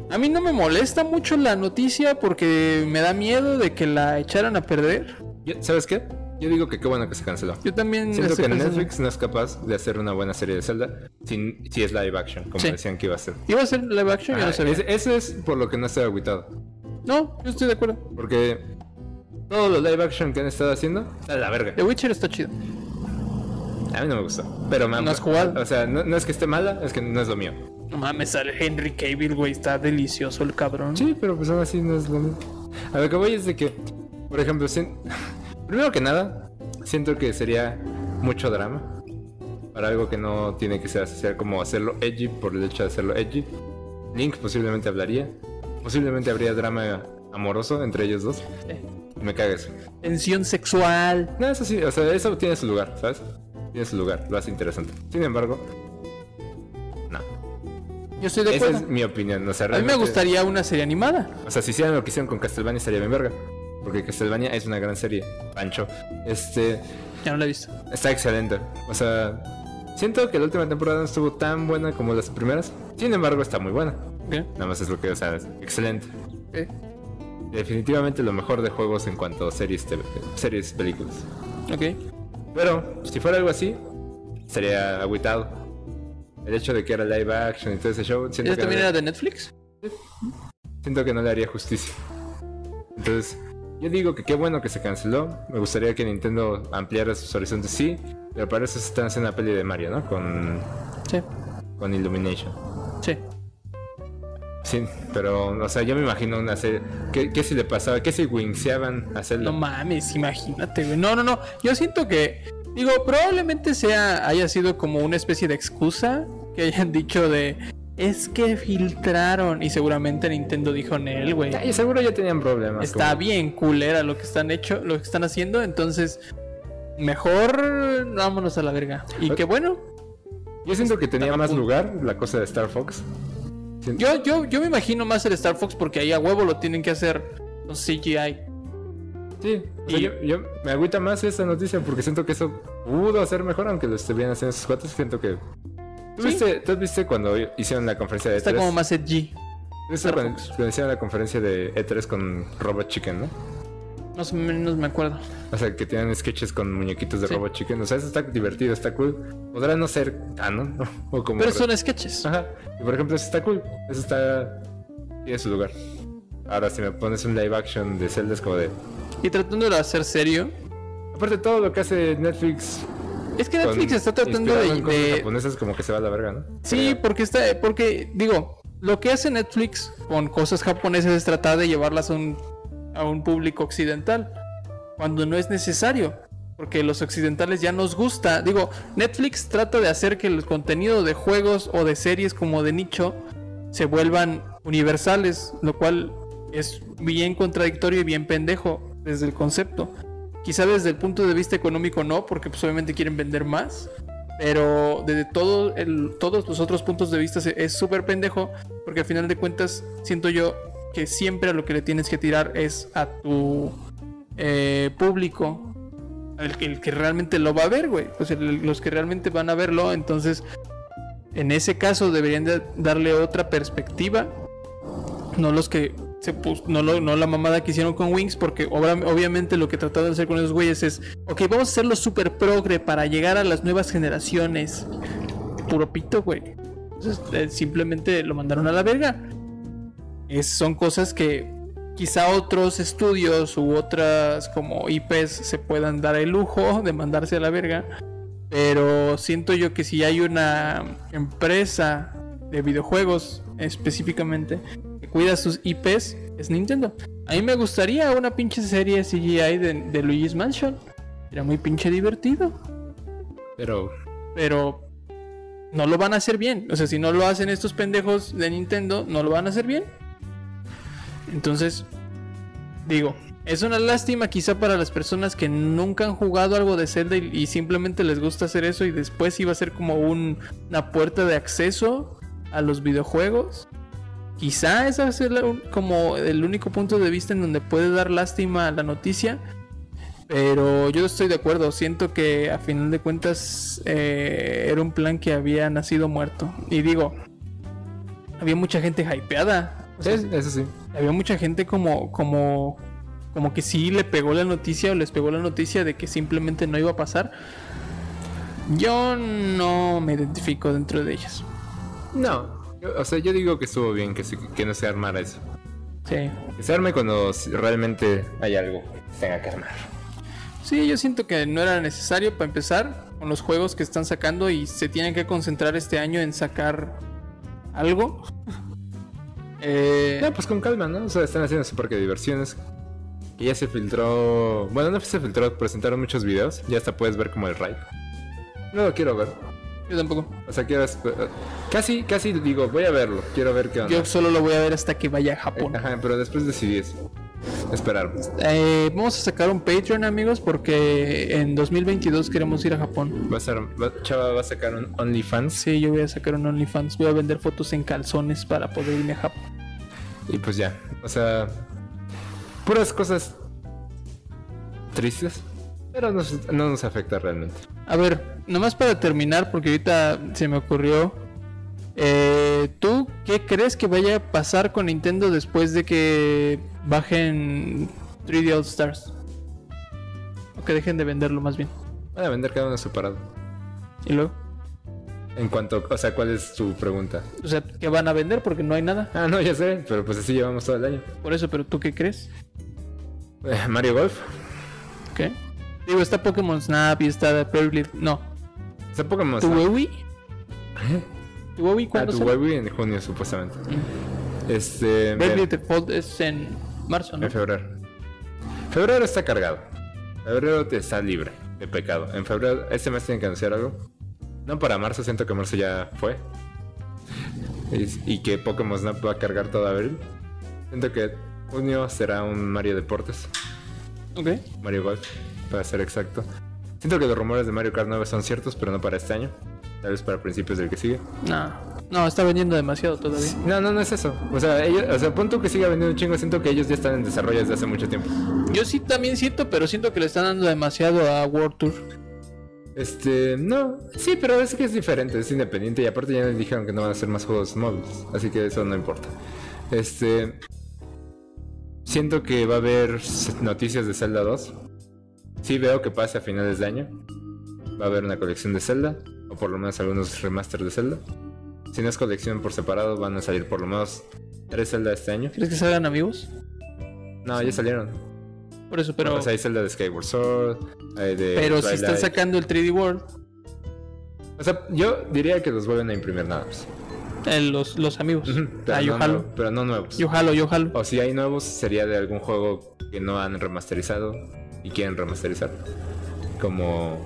S2: A mí no me molesta mucho la noticia porque me da miedo de que la echaran a perder.
S1: Yo- ¿Sabes qué? Yo digo que qué bueno que se canceló.
S2: Yo también.
S1: Siento
S2: Mm, estoy
S1: que
S2: pensando-
S1: Netflix no es capaz de hacer una buena serie de Zelda sin- si es live action, como
S2: Sí.
S1: decían que iba a ser.
S2: Iba a ser live action, yo
S1: Ajá,
S2: no sabía.
S1: Ah, ese- ese es por lo que no estoy agüitado.
S2: No, yo estoy de acuerdo.
S1: Porque todos los live action que han estado haciendo, a la verga.
S2: The Witcher está chido.
S1: A mí no me gustó. Pero me han-
S2: No has jugado.
S1: O sea, no, no es que esté mala, es que no es lo mío.
S2: No mames, sale Henry Cavill, güey. Está delicioso el cabrón.
S1: Sí, pero pues aún así no es lo mismo. A lo que voy es de que, por ejemplo, sien- *laughs* primero que nada, siento que sería mucho drama para algo que no tiene que ser asociar como hacerlo edgy por el hecho de hacerlo edgy. Link posiblemente hablaría, posiblemente habría drama amoroso entre ellos dos.
S2: Eh,
S1: Y me caga eso.
S2: Tensión sexual.
S1: No, eso sí, o sea, eso tiene su lugar, ¿sabes? Tiene su lugar, lo hace interesante. Sin embargo, no.
S2: Yo estoy de
S1: Esa
S2: acuerdo.
S1: es mi opinión, o sea,
S2: A mí me
S1: realmente-
S2: gustaría una serie animada.
S1: O sea, si hicieran lo que hicieron con Castlevania estaría bien verga. Porque Castlevania es una gran serie, Pancho. Este,
S2: Ya no la he visto.
S1: está excelente. O sea, siento que la última temporada no estuvo tan buena como las primeras. Sin embargo, está muy buena.
S2: ¿Qué?
S1: Nada más es lo que, o sea, es excelente. Definitivamente lo mejor de juegos en cuanto a series, TV series películas.
S2: Ok.
S1: Pero, si fuera algo así, sería agüitado. El hecho de que era live action y todo ese show, siento,
S2: ¿Esa
S1: que no,
S2: también
S1: le-
S2: era de Netflix?
S1: siento que no le haría justicia. Entonces, yo digo que qué bueno que se canceló. Me gustaría que Nintendo ampliara sus horizontes, sí. Pero para eso se están haciendo una peli de Mario, ¿no? Con,
S2: Sí.
S1: con Illumination.
S2: Sí.
S1: Sí, pero, o sea, yo me imagino una serie. ¿Qué, qué si le pasaba? ¿Qué si winxeaban a
S2: No
S1: hacerlo?
S2: mames, imagínate, güey. No, no, no. Yo siento que, digo, probablemente sea, haya sido como una especie de excusa que hayan dicho de, es que filtraron. Y seguramente Nintendo dijo en él, güey.
S1: y seguro ya tenían problemas.
S2: Está
S1: como-
S2: bien culera lo que están hecho, lo que están haciendo, entonces mejor vámonos a la verga. Y qué bueno.
S1: Yo siento que tenía
S2: Estaba
S1: más
S2: a punto.
S1: lugar la cosa de Star Fox. Siento-
S2: Yo, yo, yo me imagino más el Star Fox porque ahí a huevo lo tienen que hacer con CGI.
S1: Sí, o sea,
S2: Y-
S1: yo, yo- me agüita más esta noticia porque siento que eso pudo ser mejor, aunque lo estuvieran haciendo sus cuates. Siento que. ¿Tú,
S2: Sí.
S1: viste, tú viste cuando hicieron la conferencia de
S2: Está
S1: E3?
S2: como más edgy.
S1: ¿Tú viste
S2: Star
S1: cuando,
S2: Fox.
S1: cuando hicieron la conferencia de E3 con Robot Chicken, ¿no?
S2: Más o menos me acuerdo.
S1: O sea, que tienen sketches con muñequitos de
S2: Sí.
S1: Robot Chicken. O sea, eso está divertido, está cool. Podrá no ser canon, ¿no? O como.
S2: Pero son sketches.
S1: Ajá. Y por ejemplo, eso está cool. Eso está. Tiene su lugar. Ahora, si me pones un live action de Zelda, es como de.
S2: Y tratando de hacer serio,
S1: Aparte, todo lo que hace Netflix
S2: Es que Netflix está tratando de. de-
S1: japoneses como que se va a la verga, ¿no?
S2: Sí, porque está. Porque, digo, lo que hace Netflix con cosas japonesas es tratar de llevarlas a un, a un público occidental. Cuando no es necesario. Porque los occidentales ya nos gusta. Digo, Netflix trata de hacer que el contenido de juegos o de series como de nicho se vuelvan universales. Lo cual es bien contradictorio y bien pendejo desde el concepto. Quizá desde el punto de vista económico no, porque pues obviamente quieren vender más. Pero desde todo el, todos los otros puntos de vista se- es súper pendejo, porque al final de cuentas siento yo que siempre a lo que le tienes que tirar es a tu eh, público, el, el que realmente lo va a ver, güey. Pues el- los que realmente van a verlo, entonces en ese caso deberían de darle otra perspectiva, no los que se pus- no, lo- no la mamada que hicieron con Wings, porque obra- obviamente lo que trataron de hacer con esos güeyes es, ok, vamos a hacerlo super progre para llegar a las nuevas generaciones. Puro pito, güey. Entonces, eh, simplemente lo mandaron a la verga. Es, son cosas que quizá otros estudios u otras como IPs se puedan dar el lujo de mandarse a la verga. Pero siento yo que si hay una empresa de videojuegos específicamente que cuida sus IPs, es Nintendo. A mí me gustaría una pinche serie CGI de, de Luigi's Mansion. Era muy pinche divertido.
S1: Pero
S2: Pero no lo van a hacer bien. O sea, si no lo hacen estos pendejos de Nintendo, no lo van a hacer bien. Entonces, digo, es una lástima quizá para las personas que nunca han jugado algo de Zelda y, y simplemente les gusta hacer eso y después iba a ser como un- una puerta de acceso a los videojuegos. Quizá esa es la un- como el único punto de vista en donde puede dar lástima a la noticia. Pero yo estoy de acuerdo, siento que a final de cuentas eh, era un plan que había nacido muerto. Y digo, había mucha gente hypeada. O sea,
S1: es- eso sí.
S2: había mucha gente como, como, como que sí le pegó la noticia o les pegó la noticia de que simplemente no iba a pasar. Yo no me identifico dentro de ellas.
S1: No. yo- o sea, yo digo que estuvo bien que, se- que no se armara eso.
S2: Sí.
S1: Que se arme cuando s- realmente hay algo que se tenga que armar.
S2: Sí, yo siento que no era necesario para empezar con los juegos que están sacando y se tienen que concentrar este año en sacar algo. *laughs* Eh,
S1: No, pues con calma, ¿no? O sea, están haciendo su parque de diversiones. Y ya se filtró. Bueno, no se filtró, presentaron muchos videos. Ya hasta puedes ver como el raid. No lo quiero ver.
S2: yo tampoco.
S1: O sea, quiero. esp- Casi, casi digo, voy a verlo. Quiero ver qué onda.
S2: Yo solo lo voy a ver hasta que vaya a Japón.
S1: Ajá, pero después decidí eso. Esperar.
S2: Eh, vamos a sacar un Patreon, amigos, porque en 2022 queremos ir a Japón.
S1: Va a ser, va- Chava va a sacar un OnlyFans.
S2: Sí, yo voy a sacar un OnlyFans. Voy a vender fotos en calzones para poder irme a Japón.
S1: Y pues ya. O sea. Puras cosas. Tristes. Pero nos- no nos afecta realmente.
S2: A ver, nomás para terminar, porque ahorita se me ocurrió. eh, ¿Tú qué crees que vaya a pasar con Nintendo después de que bajen 3D All Stars? O que dejen de venderlo más bien.
S1: Van a vender cada uno separado.
S2: Y luego,
S1: En cuanto. O sea, ¿cuál es tu pregunta?
S2: o sea, ¿qué van a vender? Porque no hay nada.
S1: Ah, no, ya sé, pero pues así llevamos todo el año.
S2: Por eso, pero ¿tú qué crees?
S1: Eh, Mario Golf.
S2: ¿Qué? Digo, está Pokémon Snap y está Pearly. No.
S1: Hace poco más.
S2: ¿Tu Wii? ¿Tu Wii
S1: ¿Eh? Ah,
S2: cuándo Mm.
S1: tu
S2: sale?
S1: Wii en junio, supuestamente. Este.
S2: Bravely
S1: en-
S2: Default es en marzo, ¿no?
S1: En febrero. Febrero está cargado. Febrero te está libre de pecado. En febrero, este mes tienen que anunciar algo. No para marzo, siento que marzo ya fue. Y, y que Pokémon Snap va a cargar todo abril. Siento que junio será un Mario Deportes.
S2: Ok.
S1: Mario Golf, para ser exacto. Siento que los rumores de Mario Kart 9 son ciertos, pero no para este año. Tal vez para principios del que sigue.
S2: No. No, está vendiendo demasiado todavía.
S1: No, no, no es eso. O sea, ellos, o sea, pon tú que siga vendiendo un chingo. Siento que ellos ya están en desarrollo desde hace mucho tiempo.
S2: Yo sí también siento, pero siento que le están dando demasiado a World Tour.
S1: Este, no. Sí, pero es que es diferente, es independiente. Y aparte ya les dijeron que no van a hacer más juegos móviles. Así que eso no importa. Este. Siento que va a haber s- noticias de Zelda 2. Sí veo que pase a finales de año. Va a haber una colección de Zelda. O por lo menos algunos remasters de Zelda. Si no es colección por separado, van a salir por lo menos tres Zelda este año.
S2: ¿Crees que salgan amigos?
S1: No, ya salieron.
S2: Por eso,
S1: Pero,
S2: pero,
S1: hay Zelda de Skyward Sword. hay de
S2: pero si están
S1: Twilight.
S2: sacando el 3D World,
S1: O sea, yo diría que los vuelven a imprimir nada más.
S2: eh, los, los amigos.
S1: Ujú,
S2: ah, yo
S1: no
S2: jalo.
S1: nuevo- pero no nuevos.
S2: Yo jalo, yo jalo.
S1: O si hay nuevos, sería de algún juego que no han remasterizado y quieren remasterizar. Como.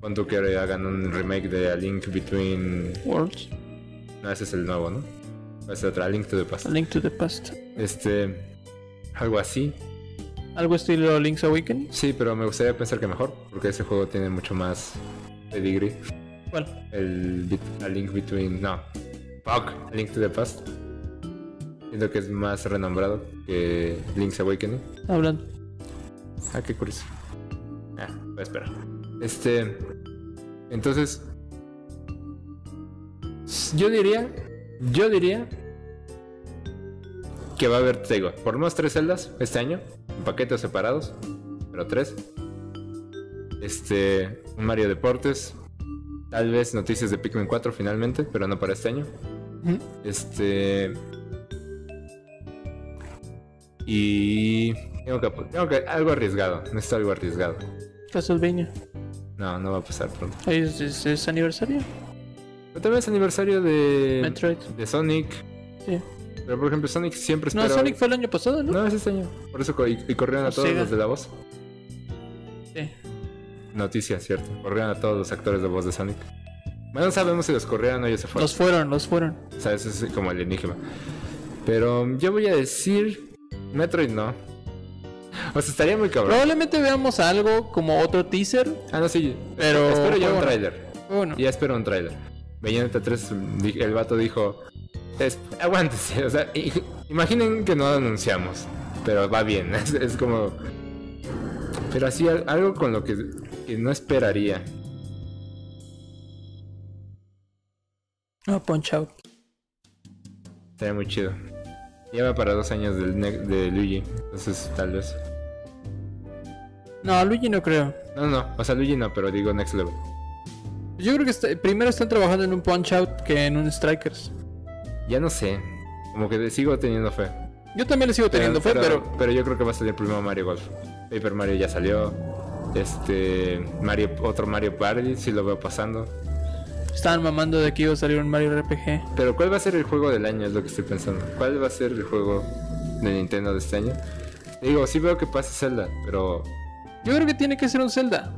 S1: Cuando que hagan un remake de A Link Between.
S2: Worlds,
S1: No, ese es el nuevo, ¿no? Es otra, A Link to the Past.
S2: A Link to the Past.
S1: Este. Algo así.
S2: Algo estilo Link's Awakening.
S1: Sí, pero me gustaría pensar que mejor, porque ese juego tiene mucho más Pedigree.
S2: ¿Cuál?
S1: El bit- A Link Between. No. Fuck. A Link to the Past. Siento que es más renombrado que Link's Awakening.
S2: Hablando.
S1: Ah, qué curioso. Ah, voy a esperar. Este. Entonces. Yo diría. Yo diría. Que va a haber, te digo, por lo menos tres celdas este año. En paquetes separados. Pero tres. Este. Un Mario Deportes. Tal vez noticias de Pikmin 4 finalmente, pero no para este año.
S2: Ujú.
S1: Este. Y. Tengo que, tengo que. Algo arriesgado. Necesito algo arriesgado.
S2: Castlevania.
S1: No, no va a pasar pronto.
S2: ¿Es, es, es aniversario?
S1: Pero también es aniversario de.
S2: Metroid.
S1: De Sonic.
S2: Sí.
S1: Pero por ejemplo, Sonic siempre
S2: No,
S1: espera.
S2: Sonic fue el año pasado, ¿no?
S1: No, es este año. Por eso co- y, y corrieron a
S2: O
S1: todos
S2: Sega.
S1: los de la voz.
S2: Sí.
S1: Noticia, cierto. Corrieron a todos los actores de voz de Sonic. Bueno, no sabemos si los corrieron o ellos se fueron.
S2: Los fueron, los fueron.
S1: O sea, eso es como el enigma. Pero yo voy a decir. Metroid no. O sea, estaría muy cabrón.
S2: Probablemente veamos algo como otro teaser.
S1: Ah, no, sí.
S2: Pero-
S1: Espero ya un
S2: bueno.
S1: tráiler.
S2: Bueno,
S1: Ya espero un tráiler. Bayonetta 3, di- el vato dijo... "Es- aguántese, o sea, i- imaginen que no lo anunciamos, pero va bien, *laughs* es, es como... Pero así, al- algo con lo que, que no esperaría.
S2: no, Oh, Punch Out.
S1: Estaría muy chido. Lleva para dos años del ne- de Luigi, entonces tal vez...
S2: No, Luigi no creo.
S1: No, no, o sea, Luigi no, pero digo Next Level.
S2: Yo creo que está- primero están trabajando en un Punch Out que en un Strikers.
S1: Ya no sé, como que sigo teniendo fe.
S2: Yo también le sigo teniendo fe, pero
S1: pero yo creo que va a salir primero Mario Golf. Paper Mario ya salió. Este Mario otro Mario Party sí lo veo pasando.
S2: estaban mamando de que iba a salir un Mario RPG.
S1: Pero ¿cuál va a ser el juego del año? Es lo que estoy pensando. ¿Cuál va a ser el juego de Nintendo de este año? Digo, sí veo que pasa Zelda, pero
S2: Yo creo que tiene que ser un Zelda.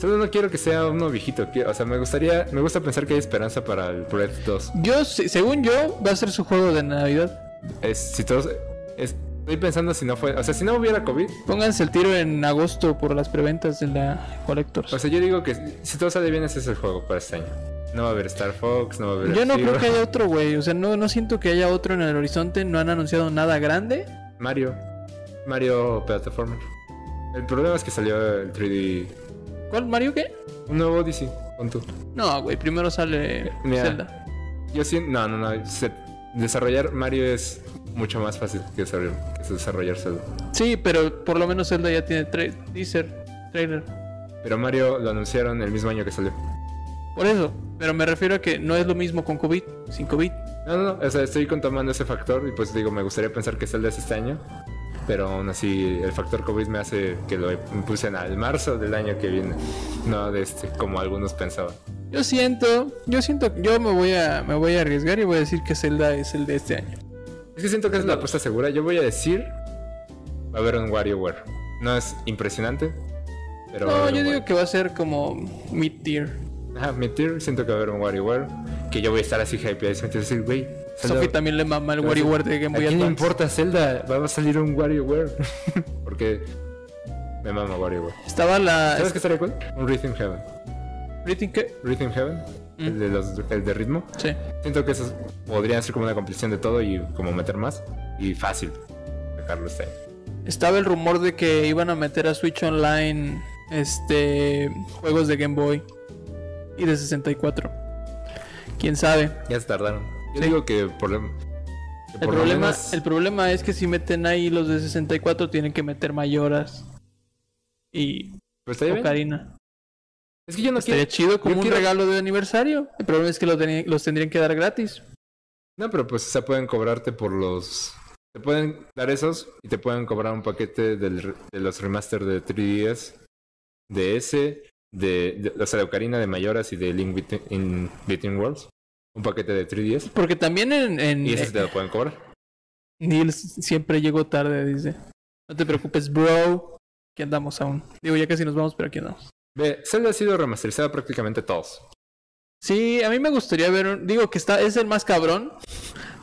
S1: solo no quiero que sea uno viejito. Quiero- O sea, me gustaría, me gusta pensar que hay esperanza para el Breath 2.
S2: Yo, se- según yo, va a ser su juego de Navidad.
S1: Es, si todos, es- estoy pensando si no fue, o sea, si no hubiera COVID,
S2: Pónganse el tiro en agosto por las preventas de la
S1: O
S2: Collectors.
S1: sea, yo digo que si todo sale bien, ese es el juego para este año. No va a haber Star Fox, no va a haber.
S2: Yo Pues, no
S1: Zero.
S2: creo que haya otro, güey. O sea, no, no siento que haya otro en el horizonte. No han anunciado nada grande.
S1: Mario. Mario Plataforma. El problema es que salió el 3D.
S2: ¿Cuál, Mario qué?
S1: Un nuevo Odyssey, con tú.
S2: No, güey. Primero sale
S1: Mira.
S2: Zelda.
S1: Yo sí. No, no, no. se- desarrollar Mario es mucho más fácil que desarrollar, que desarrollar Zelda.
S2: Sí, pero por lo menos Zelda ya tiene tra- teaser, trailer.
S1: Pero Mario lo anunciaron el mismo año que salió.
S2: Por eso. Pero me refiero a que no es lo mismo con COVID, sin COVID.
S1: No, no, no. O sea, estoy contomando ese factor y pues digo, me gustaría pensar que Zelda es este año. Pero aún así, el factor COVID me hace que lo impulsen al marzo del año que viene. No de este, como algunos pensaban.
S2: Yo siento, yo siento, yo me voy a, me voy a arriesgar y voy a decir que Zelda es el de este año.
S1: Es que siento que es la apuesta segura. Yo voy a decir, va a haber un WarioWare. No es impresionante, pero... va a
S2: No,
S1: haber
S2: yo
S1: un
S2: digo que va a ser como mid tier.
S1: Wario- Ajá, mi tier, siento que va a haber un WarioWare. Que yo voy a estar así hype. Y así me voy a decir, güey... Zelda-
S2: Sophie también le mama el WarioWare de Game
S1: ¿A
S2: Boy
S1: quién le
S2: Advance.
S1: importa Zelda? Va a salir un WarioWare. *laughs* Porque me mama WarioWare.
S2: Estaba la
S1: ¿Sabes qué estaría cool? Un Rhythm Heaven.
S2: Splitting que
S1: Rhythm Heaven,
S2: Mm.
S1: el, de los, el de ritmo.
S2: sí.
S1: Siento que esos podrían ser como una compilación de todo y como meter más. Y fácil dejarlo este año.
S2: Estaba el rumor de que iban a meter a Switch Online este juegos de Game Boy y de 64. Quién sabe.
S1: Ya se tardaron. Yo digo que por, lo- que
S2: El
S1: por lo
S2: problema,
S1: menos-
S2: el problema es que si meten ahí los de 64 tienen que meter mayoras y
S1: pero pues, está bien.
S2: Ocarina.
S1: Es que yo no
S2: Estaría
S1: quiero.
S2: chido como
S1: yo
S2: un
S1: quiero-
S2: regalo de aniversario. El problema es que lo teni- los tendrían que dar gratis.
S1: No, pero pues se pueden cobrarte por los. Te pueden dar esos y te pueden cobrar un paquete del re- de los remaster de 3DS, de ese, de, de- o sea, de Ocarina, de Mayoras y de Link Between, in Between Worlds. Un paquete de 3DS.
S2: Porque también en, en
S1: Y ese te lo pueden cobrar.
S2: Neil siempre llegó tarde, dice. No te preocupes, bro. Aquí andamos aún. Digo, ya casi nos vamos, pero aquí andamos.
S1: Ve, Zelda ha sido remasterizada prácticamente todos.
S2: Sí, a mí me gustaría ver. un- Digo que está, es el más cabrón.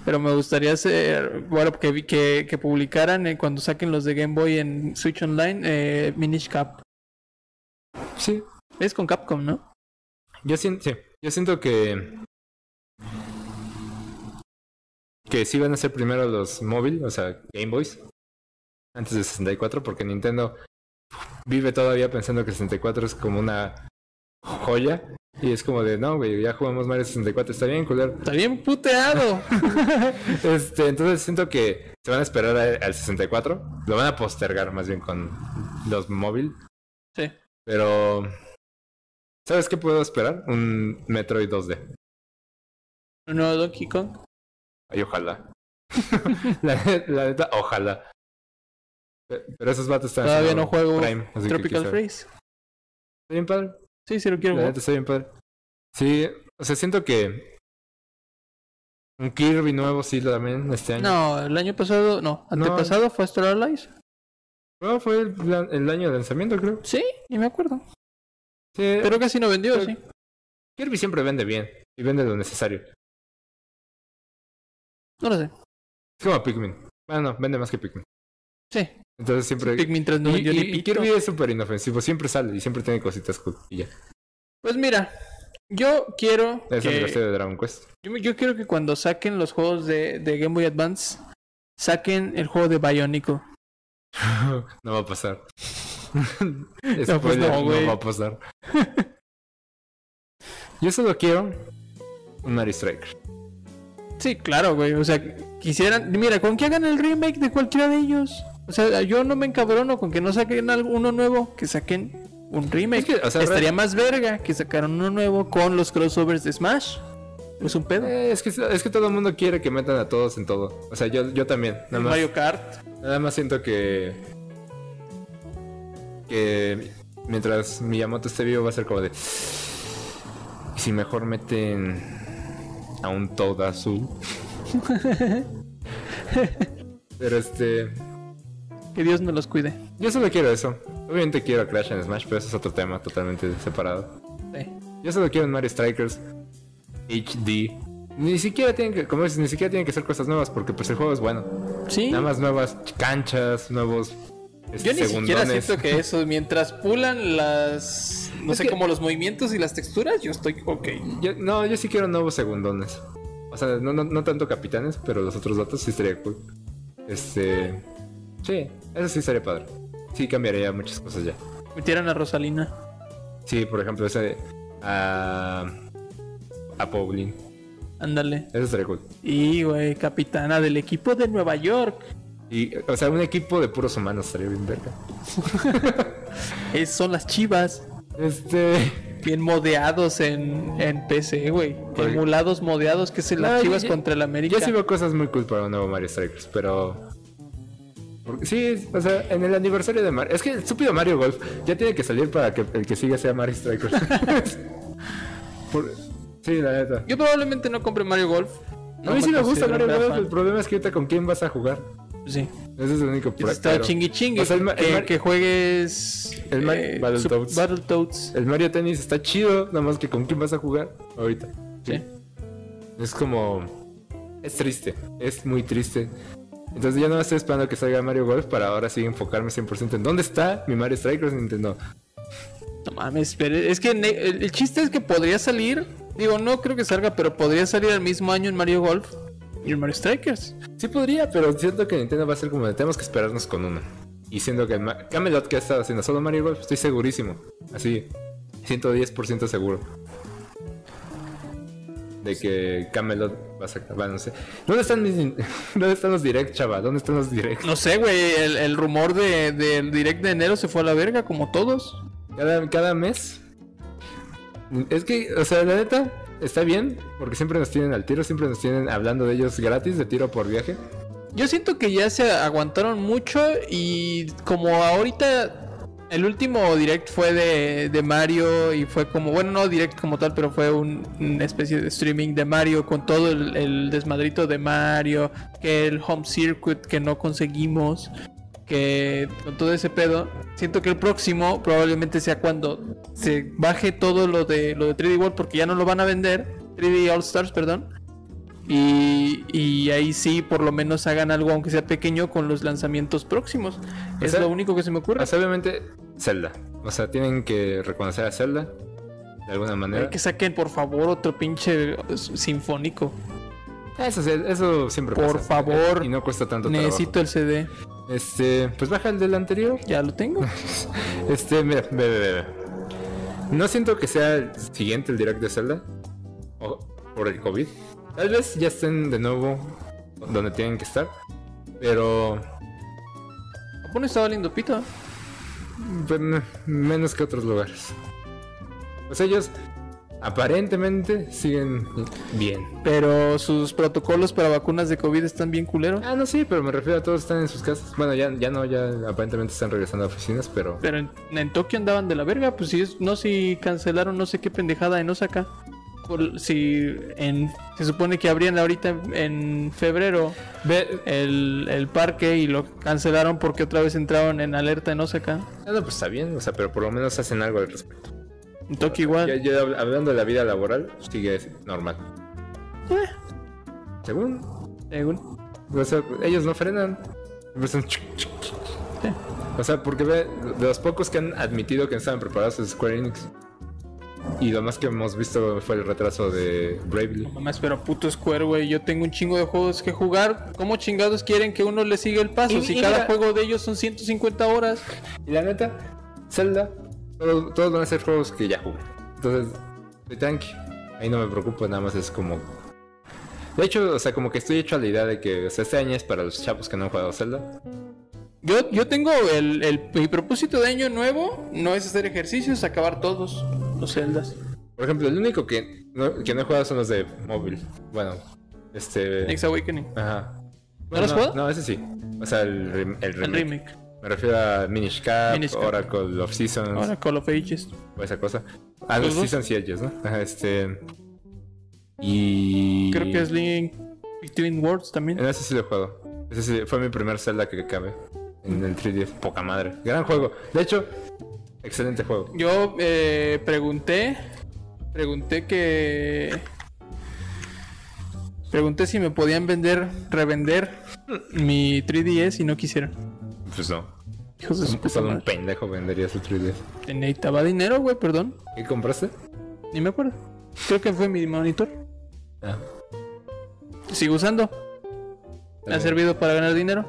S2: Pero me gustaría hacer. Bueno, que, vi- que, que publicaran eh, cuando saquen los de Game Boy en Switch Online, eh, Minish Cap.
S1: Sí.
S2: Es con Capcom, ¿no?
S1: Yo siento, sí, yo siento que. Que sí van a ser primero los móviles, o sea, Game Boys. Antes de 64, porque Nintendo vive todavía pensando que 64 es como una joya. Y es como de, no, güey, ya jugamos Mario 64, está bien, culero.
S2: Está bien puteado.
S1: Este, entonces siento que se van a esperar a- al 64. Lo van a postergar más bien con los móvil.
S2: sí.
S1: Pero. ¿Sabes qué puedo esperar? Un Metroid 2D.
S2: No, Donkey Kong.
S1: Ay, ojalá. *laughs* la, ne- la neta, ojalá. Pe- Pero esos vatos están.
S2: Todavía
S1: haciendo
S2: no juego
S1: Prime, así que
S2: Tropical
S1: quizá-
S2: Freeze.
S1: Está bien padre.
S2: Sí, sí lo quiero
S1: La
S2: jugar.
S1: neta, está bien padre. Sí, o sea, siento que. Un Kirby nuevo, sí, también este año.
S2: No, el año pasado, no,
S1: No.
S2: antepasado fue Astro Allies.
S1: No, fue el, plan- el año de lanzamiento, creo.
S2: Sí, ni me acuerdo.
S1: Sí,
S2: Pero casi no vendió,
S1: Pero-
S2: sí.
S1: Kirby siempre vende bien y vende lo necesario.
S2: No lo sé.
S1: Es como Pikmin. Bueno, no, vende más que Pikmin.
S2: Sí,
S1: Entonces siempre.
S2: Pikmin 3 no
S1: Y-
S2: vendió
S1: y-
S2: ni
S1: y
S2: pito.
S1: Kirby es súper inofensivo, siempre sale y siempre tiene cositas cool. Y ya.
S2: Pues mira, yo quiero
S1: Es la
S2: que,
S1: universidad de Dragon Quest. *laughs*
S2: yo, yo quiero que cuando saquen los juegos de, de Game Boy Advance, saquen el juego de Bionico.
S1: no va a
S2: *laughs*
S1: pasar.
S2: no,
S1: Spoiler, no,
S2: güey.
S1: va a pasar. *laughs* Yo solo quiero un Mario Striker.
S2: Sí, claro, güey. O sea, quisieran. Mira, con que hagan el remake de cualquiera de ellos. O sea, yo no me encabrono con que no saquen algo- uno nuevo, que saquen un remake.
S1: Es que, o sea,
S2: Estaría más verga que sacaran uno nuevo con los crossovers de Smash. Es un pedo.
S1: Eh, es, que, es que todo el mundo quiere que metan a todos en todo. O sea, yo, yo también. Nada más,
S2: Mario Kart.
S1: Nada más siento que. Que mientras Miyamoto esté vivo va a ser como de. "Y Si mejor meten a un Toad azul. pero este.
S2: Que Dios nos los cuide.
S1: Yo solo quiero eso. Obviamente quiero a Crash and Smash, pero eso es otro tema totalmente separado.
S2: Sí.
S1: Yo solo quiero un Mario Strikers HD. Ni siquiera tienen que, como dices, ni siquiera tienen que ser cosas nuevas porque pues el juego es bueno.
S2: Sí.
S1: Nada más nuevas canchas, nuevos este,
S2: Yo ni siquiera
S1: segundones.
S2: siento que eso, mientras pulan las. No
S1: Es
S2: sé,
S1: que-
S2: como los movimientos y las texturas, yo estoy ok.
S1: Yo- no, yo sí quiero nuevos segundones. O sea, no, no, no tanto capitanes, pero los otros datos sí estaría cool. Este. Sí, eso sí estaría padre. Sí, cambiaría muchas cosas ya.
S2: Metieran a Rosalina.
S1: Sí, por ejemplo, ese de. A. A Pauline.
S2: Ándale.
S1: Eso estaría cool.
S2: Y, güey, capitana del equipo de Nueva York.
S1: Y, o sea, un equipo de puros humanos estaría bien verga.
S2: Es- son las chivas.
S1: Este.
S2: Bien modeados en, en PC, güey.
S1: Por-
S2: Emulados, modeados, que se
S1: No,
S2: las
S1: yo-
S2: chivas
S1: yo-
S2: contra el América.
S1: Yo sí veo cosas muy cool para un nuevo Mario Strikers, pero. Porque, sí, o sea, en el aniversario de Mario. Es que el estúpido Mario Golf ya tiene que salir para que el que siga sea Mario
S2: *laughs*
S1: Strikers. Por- sí, la neta.
S2: Yo probablemente no compré Mario Golf.
S1: a mí sí me gusta
S2: considero
S1: Mario
S2: gran
S1: Golf,
S2: fan.
S1: el problema es que ahorita con quién vas a jugar.
S2: Sí.
S1: Ese es el único
S2: Eso
S1: problema.
S2: Está chingui chingui.
S1: O sea, el ma- el
S2: que,
S1: mar-
S2: que juegues.
S1: el mar- Battletoads.
S2: Sub- Battletoads.
S1: El Mario Tennis está chido, nada más que con quién vas a jugar ahorita.
S2: Sí.
S1: Es como. Es triste, es muy triste. Entonces yo no estoy esperando que salga Mario Golf para ahora sí enfocarme 100% en dónde está mi Mario Strikers Nintendo.
S2: No mames, pero es que ne- el, el chiste es que podría salir. Digo, no creo que salga, pero podría salir al mismo año en Mario Golf y en Mario Strikers.
S1: Sí podría, pero siento que Nintendo va a ser como de, tenemos que esperarnos con uno. Y siendo que el Ma- Camelot que ha estado haciendo solo Mario Golf, estoy segurísimo. Así, 110% seguro. De que Camelot va a sacar. va, no sé. ¿Dónde están, mis, *laughs* nin- ¿Dónde están los direct, chava? ¿Dónde están los direct?
S2: No sé, güey, el, el rumor de- del direct de enero se fue a la verga, como todos.
S1: Cada, cada mes. Es que, o sea, la neta, está bien, porque siempre nos tienen al tiro, siempre nos tienen hablando de ellos gratis, de tiro por viaje.
S2: Yo siento que ya se aguantaron mucho y como ahorita el último direct fue de, de Mario y fue como, bueno, no direct como tal, pero fue un, una especie de streaming de Mario con todo el, el desmadrito de Mario, que el home circuit que no conseguimos, que con todo ese pedo. Siento que el próximo probablemente sea cuando se baje todo lo de, lo de 3D World porque ya no lo van a vender, 3D All Stars, perdón. Y, y ahí sí, por lo menos hagan algo, aunque sea pequeño, con los lanzamientos próximos.
S1: O
S2: es
S1: sea-
S2: lo único que se me ocurre.
S1: O sea, obviamente, Zelda. O sea, tienen que reconocer a Zelda de alguna manera.
S2: Ay, que saquen, por favor, otro pinche eh, sinfónico.
S1: Eso, sí, eso siempre
S2: Por
S1: pasa.
S2: favor.
S1: Y no cuesta tanto
S2: Necesito el CD.
S1: trabajo. Este, pues baja el del anterior.
S2: Ya lo tengo.
S1: Este, mira, ve, ve, ve, ve. No siento que sea el siguiente el direct de Zelda. O por el COVID. Tal vez ya estén de nuevo donde tienen que estar. Pero
S2: Japón está valiendo pito.
S1: pues, me- menos que otros lugares. Pues ellos aparentemente siguen bien.
S2: Pero sus protocolos para vacunas de COVID están bien culeros.
S1: Ah, no, sí, pero me refiero a todos están en sus casas. Bueno, ya, ya no, ya aparentemente están regresando a oficinas, pero...
S2: Pero en, en Tokio andaban de la verga. Pues si es- no, si cancelaron no sé qué pendejada en Osaka. Por- si en, se supone que abrían ahorita en, en febrero
S1: Ve,
S2: el, el parque y lo cancelaron porque otra vez entraron en alerta en Osaka.
S1: ah, no, pues está bien, o sea, pero por lo menos hacen algo al respecto.
S2: En Tokio igual.
S1: Ya- ya hab- hablando de la vida laboral, sigue normal.
S2: Eh,
S1: Según.
S2: según.
S1: O sea, ellos no frenan. Pues, Siempre están chuc, chuc, chuc. O sea, porque ve, de los pocos que han admitido que no estaban preparados es Square Enix. Y lo más que hemos visto fue el retraso de Bravely.
S2: Mamás, pero puto Square, güey. Yo tengo un chingo de juegos que jugar. ¿Cómo chingados quieren que uno le siga el paso?
S1: Y-
S2: si
S1: y
S2: cada
S1: mira-
S2: juego de ellos son 150 horas.
S1: Y la neta, Zelda, todo- todos van a ser juegos que ya jugué. Entonces, estoy tranqui. Ahí no me preocupo, nada más es como. De hecho, o sea, como que estoy hecho a la idea de que o sea, este año es para los chavos que no han jugado Zelda.
S2: Yo, yo tengo el, el- mi propósito de año nuevo no es hacer ejercicio, es acabar todos los celdas.
S1: Por ejemplo, el único que no, que no he jugado son los de móvil. Bueno, este.
S2: Next Awakening.
S1: Ajá.
S2: ¿No los
S1: no,
S2: juego?
S1: No, ese sí. O sea, el, rem- el remake.
S2: El remake.
S1: Me refiero a Minish Cap,
S2: Minish Cap.
S1: Oracle of Seasons,
S2: Ahora Call of Ages.
S1: o esa cosa. Ah,
S2: ¿Los
S1: los
S2: dos?
S1: Seasons y Edges, ¿no? Ajá, este. Y. Eh.
S2: Creo que es Link Between Worlds también.
S1: En ese sí lo he jugado. Ese sí, fue mi primer Zelda que acabé. En el 3D. Poca madre. Gran juego. De hecho, excelente juego.
S2: Yo eh, pregunté, pregunté que... Pregunté si me podían vender, revender mi 3DS y no quisieron.
S1: Pues no.
S2: Hijos de su puta
S1: Solo un
S2: madre.
S1: pendejo vendería su 3D.
S2: Necesitaba dinero, güey, perdón.
S1: ¿Qué compraste?
S2: Ni me acuerdo. Creo que fue mi monitor.
S1: Ah.
S2: Sigo usando. Me ha servido para ganar dinero.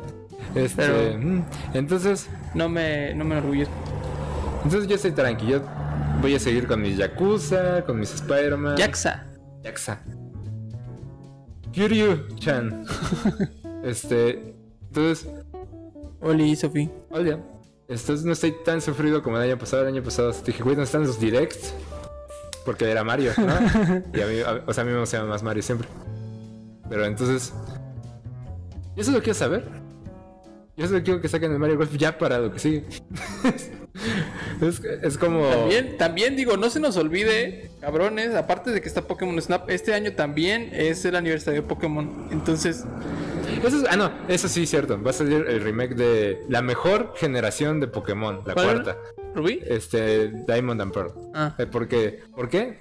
S1: Este,
S2: pero-
S1: mm, Entonces,
S2: No me, no me enorgullezco.
S1: Entonces yo estoy tranqui, yo voy a seguir con mis Yakuza, con mis Spider-Man.
S2: Jaxa.
S1: Yakuza. Kiryu-chan. este. Entonces,
S2: Oli, Sofi.
S1: oye. Entonces no estoy tan sufrido como el año pasado. El año pasado te dije, güey, ¿dónde están los directs? Porque era Mario, ¿no?
S2: *laughs*
S1: y a mí, a- o sea, a mí me gustaba más Mario siempre. Pero entonces. Yo solo quiero saber. Yo solo quiero que saquen el Mario Golf ya para lo que sigue. *laughs* es, es como.
S2: También, también digo, no se nos olvide, cabrones, aparte de que está Pokémon Snap, este año también es el aniversario de Pokémon. Entonces,
S1: Eso es- ah, no, eso sí es cierto. Va a salir el remake de la mejor generación de Pokémon, la
S2: ¿Cuál?
S1: cuarta.
S2: ¿Rubí?
S1: Este, Diamond and Pearl.
S2: Ah,
S1: Eh, ¿Por qué? ¿Por qué?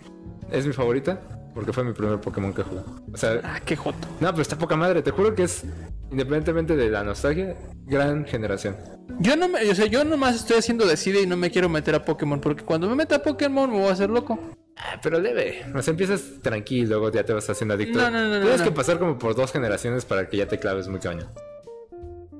S1: Es mi favorita. Porque fue mi primer Pokémon que jugué. O sea,
S2: ah qué joto.
S1: no, pero está poca madre. Te juro que es, independientemente de la nostalgia, gran generación.
S2: Yo no me, o sea, yo nomás estoy haciendo decide y no me quiero meter a Pokémon, porque cuando me meta a Pokémon me voy a hacer loco.
S1: Ah, Pero leve. O sea, empiezas tranquilo, luego ya te vas haciendo adicto.
S2: No, no, no, no,
S1: Tienes
S2: no.
S1: que pasar como por dos generaciones para que ya te claves muy cañón.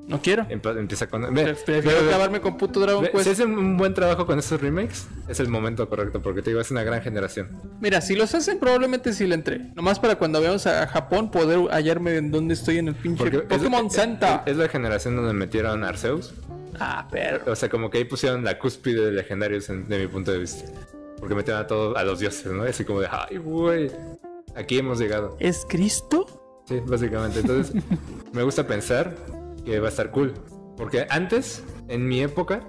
S2: No quiero.
S1: Empa- Empieza con. Ve,
S2: Pre-
S1: ve,
S2: Prefiero
S1: ve.
S2: acabarme con pues puto Dragon
S1: Eh, Ve,
S2: Quest.
S1: Si hacen un buen trabajo con esos remakes, es el momento correcto, porque te digo, es una gran
S2: *laughs*
S1: generación.
S2: Mira, si los hacen, probablemente sí le entré. Nomás para cuando vayamos a Japón poder hallarme en dónde estoy en el pinche
S1: Porque es-
S2: Pokémon
S1: es,
S2: Santa.
S1: Es la generación donde metieron Arceus.
S2: ah, pero.
S1: O sea, como que ahí pusieron la cúspide de legendarios en- de mi punto de vista. Porque metieron a todos, a los dioses, ¿no? Así como de, ay, güey, aquí hemos llegado.
S2: ¿Es Cristo?
S1: Sí, básicamente. Entonces, *laughs* me gusta pensar que va a estar cool. Porque antes, en mi época...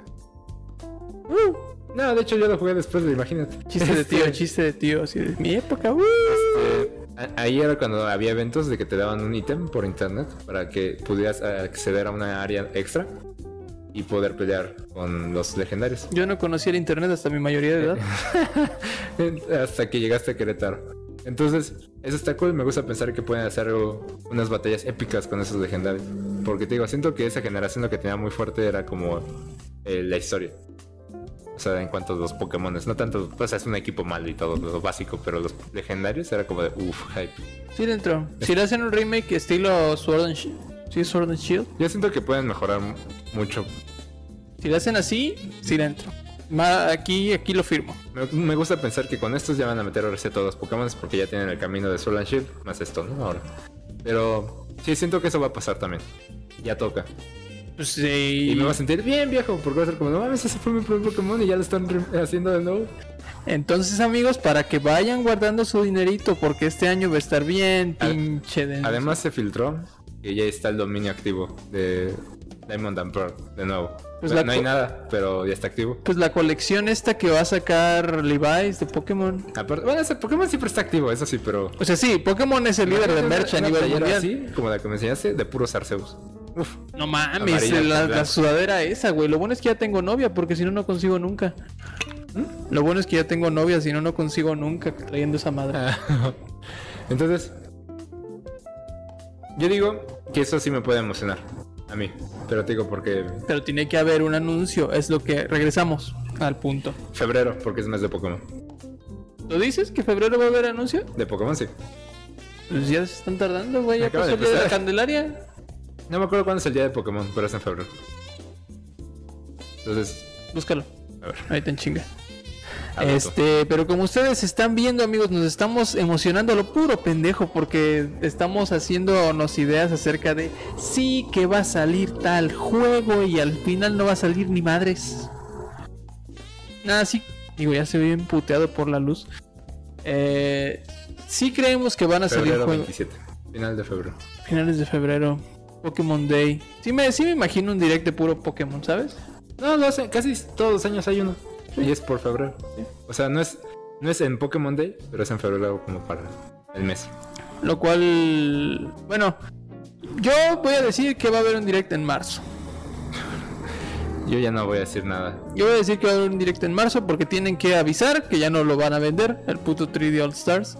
S1: ¡uh! No, de hecho yo lo jugué después, imagínate.
S2: Chiste
S1: *laughs*
S2: de tío,
S1: Este,
S2: chiste de tío. Así de mi época, uh.
S1: Eh, a- ahí era cuando había eventos de que te daban un ítem por internet para que pudieras acceder a una área extra y poder pelear con los legendarios.
S2: Yo no conocía el internet hasta mi mayoría de
S1: *laughs*
S2: edad.
S1: Hasta que llegaste a Querétaro. Entonces, eso está cool. Me gusta pensar que pueden hacer algo- unas batallas épicas con esos legendarios. Porque te digo, siento que esa generación lo que tenía muy fuerte era como eh, la historia. O sea, en cuanto a los Pokémon, no tanto, o sea, es un equipo malo y todo, lo básico, pero los legendarios era como de uff, hype.
S2: Sí, dentro. Si le hacen un remake estilo Sword and Shield. ¿Sí, Sword and Shield?
S1: Yo siento que pueden mejorar mu- mucho.
S2: Si le hacen así, sí le entro. Ma- Aquí, aquí lo firmo.
S1: Me, me gusta pensar que con estos ya van a meter ahora sí a todos los Pokémon porque ya tienen el camino de Sword and Shield, más esto, ¿no? Ahora. Pero sí, siento que eso va a pasar también. Ya toca.
S2: Pues
S1: Y
S2: sí.
S1: me va a sentir bien viejo, porque va a ser como, no mames, ese fue mi primer Pokémon y ya lo están re- haciendo de nuevo.
S2: Entonces, amigos, para que vayan guardando su dinerito, porque este año va a estar bien,
S1: Ad-
S2: pinche de.
S1: Además se filtró que ya está el dominio activo de Diamond and Pearl, de nuevo.
S2: Pues
S1: no,
S2: la
S1: no hay
S2: co-
S1: nada, pero ya está activo.
S2: Pues la colección esta que va a sacar Levi's de Pokémon.
S1: Aparte, bueno, ese Pokémon siempre está activo, eso sí, pero...
S2: O sea, sí, Pokémon es el líder de
S1: Imagínate una-
S2: merch a
S1: una
S2: nivel
S1: playera
S2: mundial.
S1: así, como la que me enseñaste, de puros Arceus. Uf,
S2: No mames,
S1: Amarilla,
S2: la,
S1: blanca.
S2: la sudadera esa, güey. Lo bueno es que ya tengo novia, porque si no, no consigo nunca.
S1: ¿Mm?
S2: Lo bueno es que ya tengo novia, si no, no consigo nunca trayendo esa madre.
S1: Ah. Entonces, yo digo que eso sí me puede emocionar, a mí. Pero te digo porque
S2: Pero tiene que haber un anuncio, es lo que. Regresamos al punto.
S1: febrero, porque es mes de Pokémon.
S2: ¿Lo dices que febrero va a haber anuncio?
S1: De Pokémon sí.
S2: Pues ya se están tardando, güey. Ya
S1: Acaba
S2: pasó
S1: de
S2: el día de la
S1: empezar.
S2: Candelaria.
S1: No me acuerdo cuándo es el día de Pokémon, pero es en febrero. Entonces,
S2: Búscalo.
S1: a ver.
S2: Ahí te en chinga.
S1: al rato.
S2: Este, pero como ustedes están viendo, amigos, nos estamos emocionando a lo puro pendejo porque estamos haciéndonos ideas acerca de sí que va a salir tal juego y al final no va a salir ni madres. Nada, sí, digo, ya se ve bien puteado por la luz. Eh, sí creemos que van a salir
S1: febrero
S2: juegos
S1: 27. Final de febrero.
S2: finales de febrero, Pokémon Day. Sí me, sí me imagino un direct de puro Pokémon, ¿sabes?
S1: No, lo hacen. Casi todos los años hay uno. Y es por febrero. O sea, no es, no es en Pokémon Day, pero es en febrero como para el mes.
S2: Lo cual, bueno, yo voy a decir que va a haber un direct en marzo.
S1: Yo ya no voy a decir nada.
S2: Yo voy a decir que va a haber un direct en marzo porque tienen que avisar que ya no lo van a vender, el puto 3D All Stars.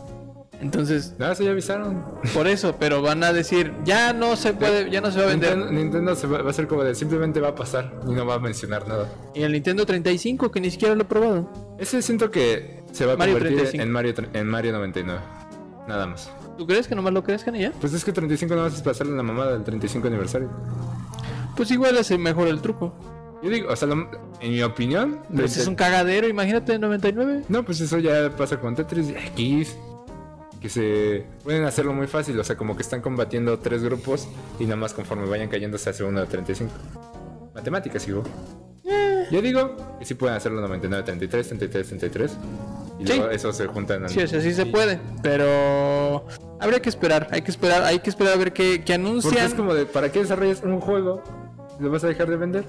S2: Entonces,
S1: No, eso ya avisaron.
S2: por eso, pero van a decir, ya no se puede, ya no se va a
S1: Nintendo,
S2: vender.
S1: Nintendo se va, va a ser como de simplemente va a pasar y no va a mencionar nada.
S2: Y el Nintendo 35, que ni siquiera lo he probado.
S1: Ese siento que se va a
S2: Mario
S1: convertir
S2: 35.
S1: en Mario, tre- en Mario 99. Nada más.
S2: ¿Tú crees que nomás lo crezcan y ya?
S1: Pues es que 35 no vas a pasar la mamada del 35 aniversario.
S2: Pues igual hace mejor el truco.
S1: Yo digo, o sea, lo- en mi opinión.
S2: Pero
S1: lo
S2: si es
S1: inte-
S2: un cagadero, imagínate, 99.
S1: No, pues eso ya pasa con Tetris y X. Que se. Pueden hacerlo muy fácil, o sea, como que están combatiendo tres grupos y nada más conforme vayan cayendo se hace uno de 35. Matemáticas, hijo.
S2: Eh.
S1: Yo digo que sí pueden hacerlo 99, 33, 33, 33. Y
S2: Sí.
S1: luego eso se juntan. al-
S2: Sí, o sea, sí se puede, pero habría que esperar, hay que esperar, hay que esperar a ver qué, qué
S1: Porque es
S2: anuncian.
S1: como de, ¿para qué desarrollas un juego? ¿Lo vas a dejar de vender?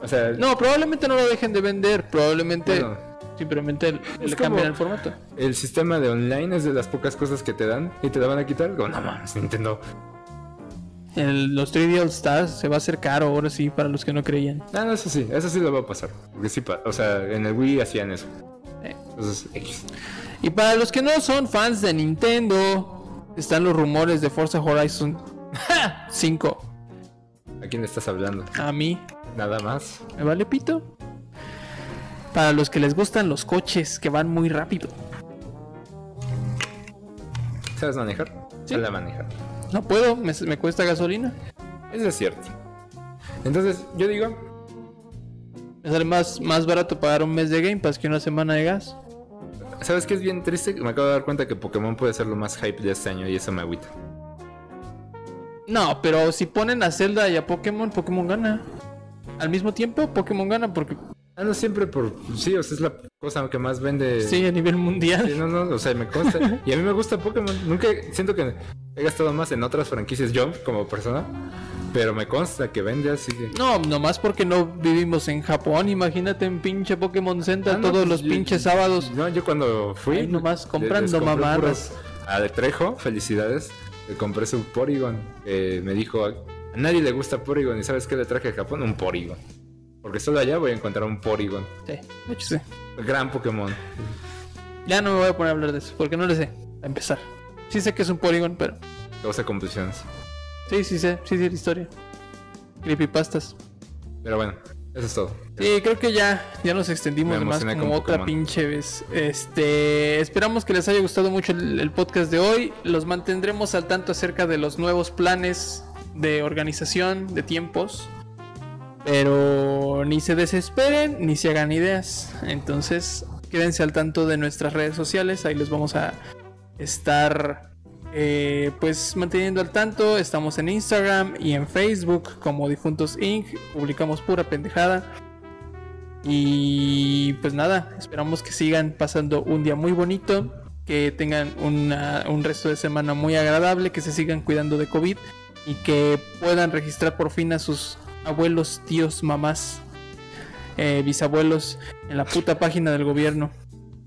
S1: O sea,
S2: No, probablemente no lo dejen de vender, probablemente
S1: Bueno.
S2: simplemente le
S1: Es
S2: le
S1: como-
S2: cambian el formato.
S1: el sistema de online es de las pocas cosas que te dan y te la van a quitar. Digo, no mames, Nintendo.
S2: El- los 3D All Stars se va a hacer caro ahora sí para los que no creían.
S1: Ah, no, eso sí, eso sí lo va a pasar. Porque sí, pa- o sea, en el Wii hacían eso.
S2: Eh.
S1: Entonces, X.
S2: Y para los que no son fans de Nintendo, están los rumores de Forza Horizon *laughs* 5.
S1: ¿A quién le estás hablando?
S2: A mí,
S1: Nada más.
S2: ¿me vale pito? Para los que les gustan los coches que van muy rápido.
S1: ¿Sabes manejar?
S2: Sí.
S1: Sal a manejar.
S2: No puedo, me, me cuesta gasolina.
S1: Eso es cierto. Entonces, yo digo,
S2: Me sale más, más barato pagar un mes de Game Pass que una semana de gas.
S1: ¿sabes qué es bien triste? Me acabo de dar cuenta que Pokémon puede ser lo más hype de este año y eso me agüita.
S2: No, pero si ponen a Zelda y a Pokémon, Pokémon gana. Al mismo tiempo, Pokémon gana porque
S1: Ah, no, siempre por. Sí, o sea, es la cosa que más vende.
S2: sí, a nivel mundial.
S1: Sí, no, no, o sea, me
S2: *laughs*
S1: consta. Y a mí me gusta Pokémon. Nunca siento que he gastado más en otras franquicias yo como persona. Pero me consta que vende así que.
S2: No, nomás porque no vivimos en Japón. Imagínate en pinche Pokémon Center
S1: Ah, no,
S2: todos
S1: pues
S2: los
S1: yo-
S2: pinches sábados.
S1: No, yo cuando fui.
S2: Ahí nomás
S1: le-
S2: comprando
S1: les compré
S2: mamadas.
S1: puros- A De Trejo, felicidades. Le compré su Porygon. eh, me dijo: A nadie le gusta Porygon. ¿Y sabes qué le traje a Japón? Un Porygon. Porque solo allá voy a encontrar un Porygon.
S2: Sí, de hecho sí.
S1: Gran Pokémon.
S2: Ya no me voy a poner a hablar de eso porque no le sé. A empezar. Sí sé que es un Polygon, pero
S1: Causa confusiones.
S2: sí, sí sé, sí sé la historia. Creepypastas.
S1: Pero bueno, Eso es todo.
S2: Sí, creo que ya, ya nos extendimos
S1: Me
S2: más
S1: emocioné
S2: como,
S1: con
S2: otra
S1: Pokémon.
S2: pinche vez. Este, esperamos que les haya gustado mucho el, el podcast de hoy. Los mantendremos al tanto acerca de los nuevos planes de organización, de tiempos. Pero ni se desesperen, ni se hagan ideas. Entonces, quédense al tanto de nuestras redes sociales. Ahí les vamos a estar eh, pues manteniendo al tanto. Estamos en Instagram y en Facebook como Difuntos Inc. Publicamos pura pendejada. Y pues nada, esperamos que sigan pasando un día muy bonito, que tengan una- un resto de semana muy agradable, que se sigan cuidando de COVID y que puedan registrar por fin a sus abuelos, tíos, mamás, eh, bisabuelos en la puta página del gobierno,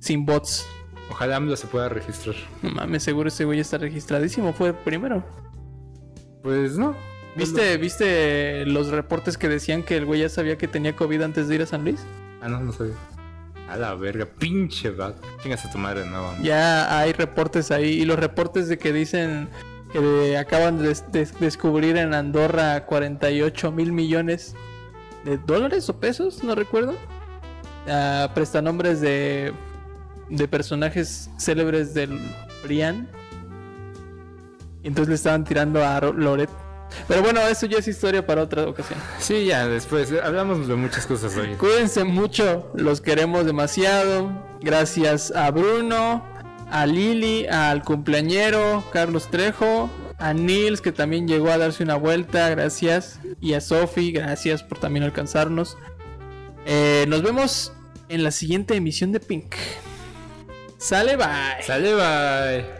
S2: sin bots.
S1: Ojalá AMLO se pueda registrar.
S2: No mames, seguro ese güey está registradísimo, fue primero.
S1: Pues no.
S2: ¿Viste, ¿Viste los reportes que decían que el güey ya sabía que tenía COVID antes de ir a San Luis?
S1: Ah, no, no sabía. A la verga, pinche vato. Chingas a tu madre, no. AMLO.
S2: Ya hay reportes ahí y los reportes de que dicen que de- acaban de, des- de descubrir en Andorra 48 mil millones de dólares o pesos, no recuerdo. Ah, prestanombres de, de personajes célebres del Brian. Y entonces le estaban tirando a Ro- Loret. Pero bueno, eso ya es historia para otra ocasión.
S1: Sí, ya, después. eh, Hablamos de muchas cosas hoy.
S2: Cuídense mucho, los queremos demasiado. Gracias a Bruno, a Lili, al cumpleañero Carlos Trejo, a Nils que también llegó a darse una vuelta, gracias. Y a Sofi, gracias por también alcanzarnos. Eh, nos vemos en la siguiente emisión de Pink. Sale, bye.
S1: Sale, bye.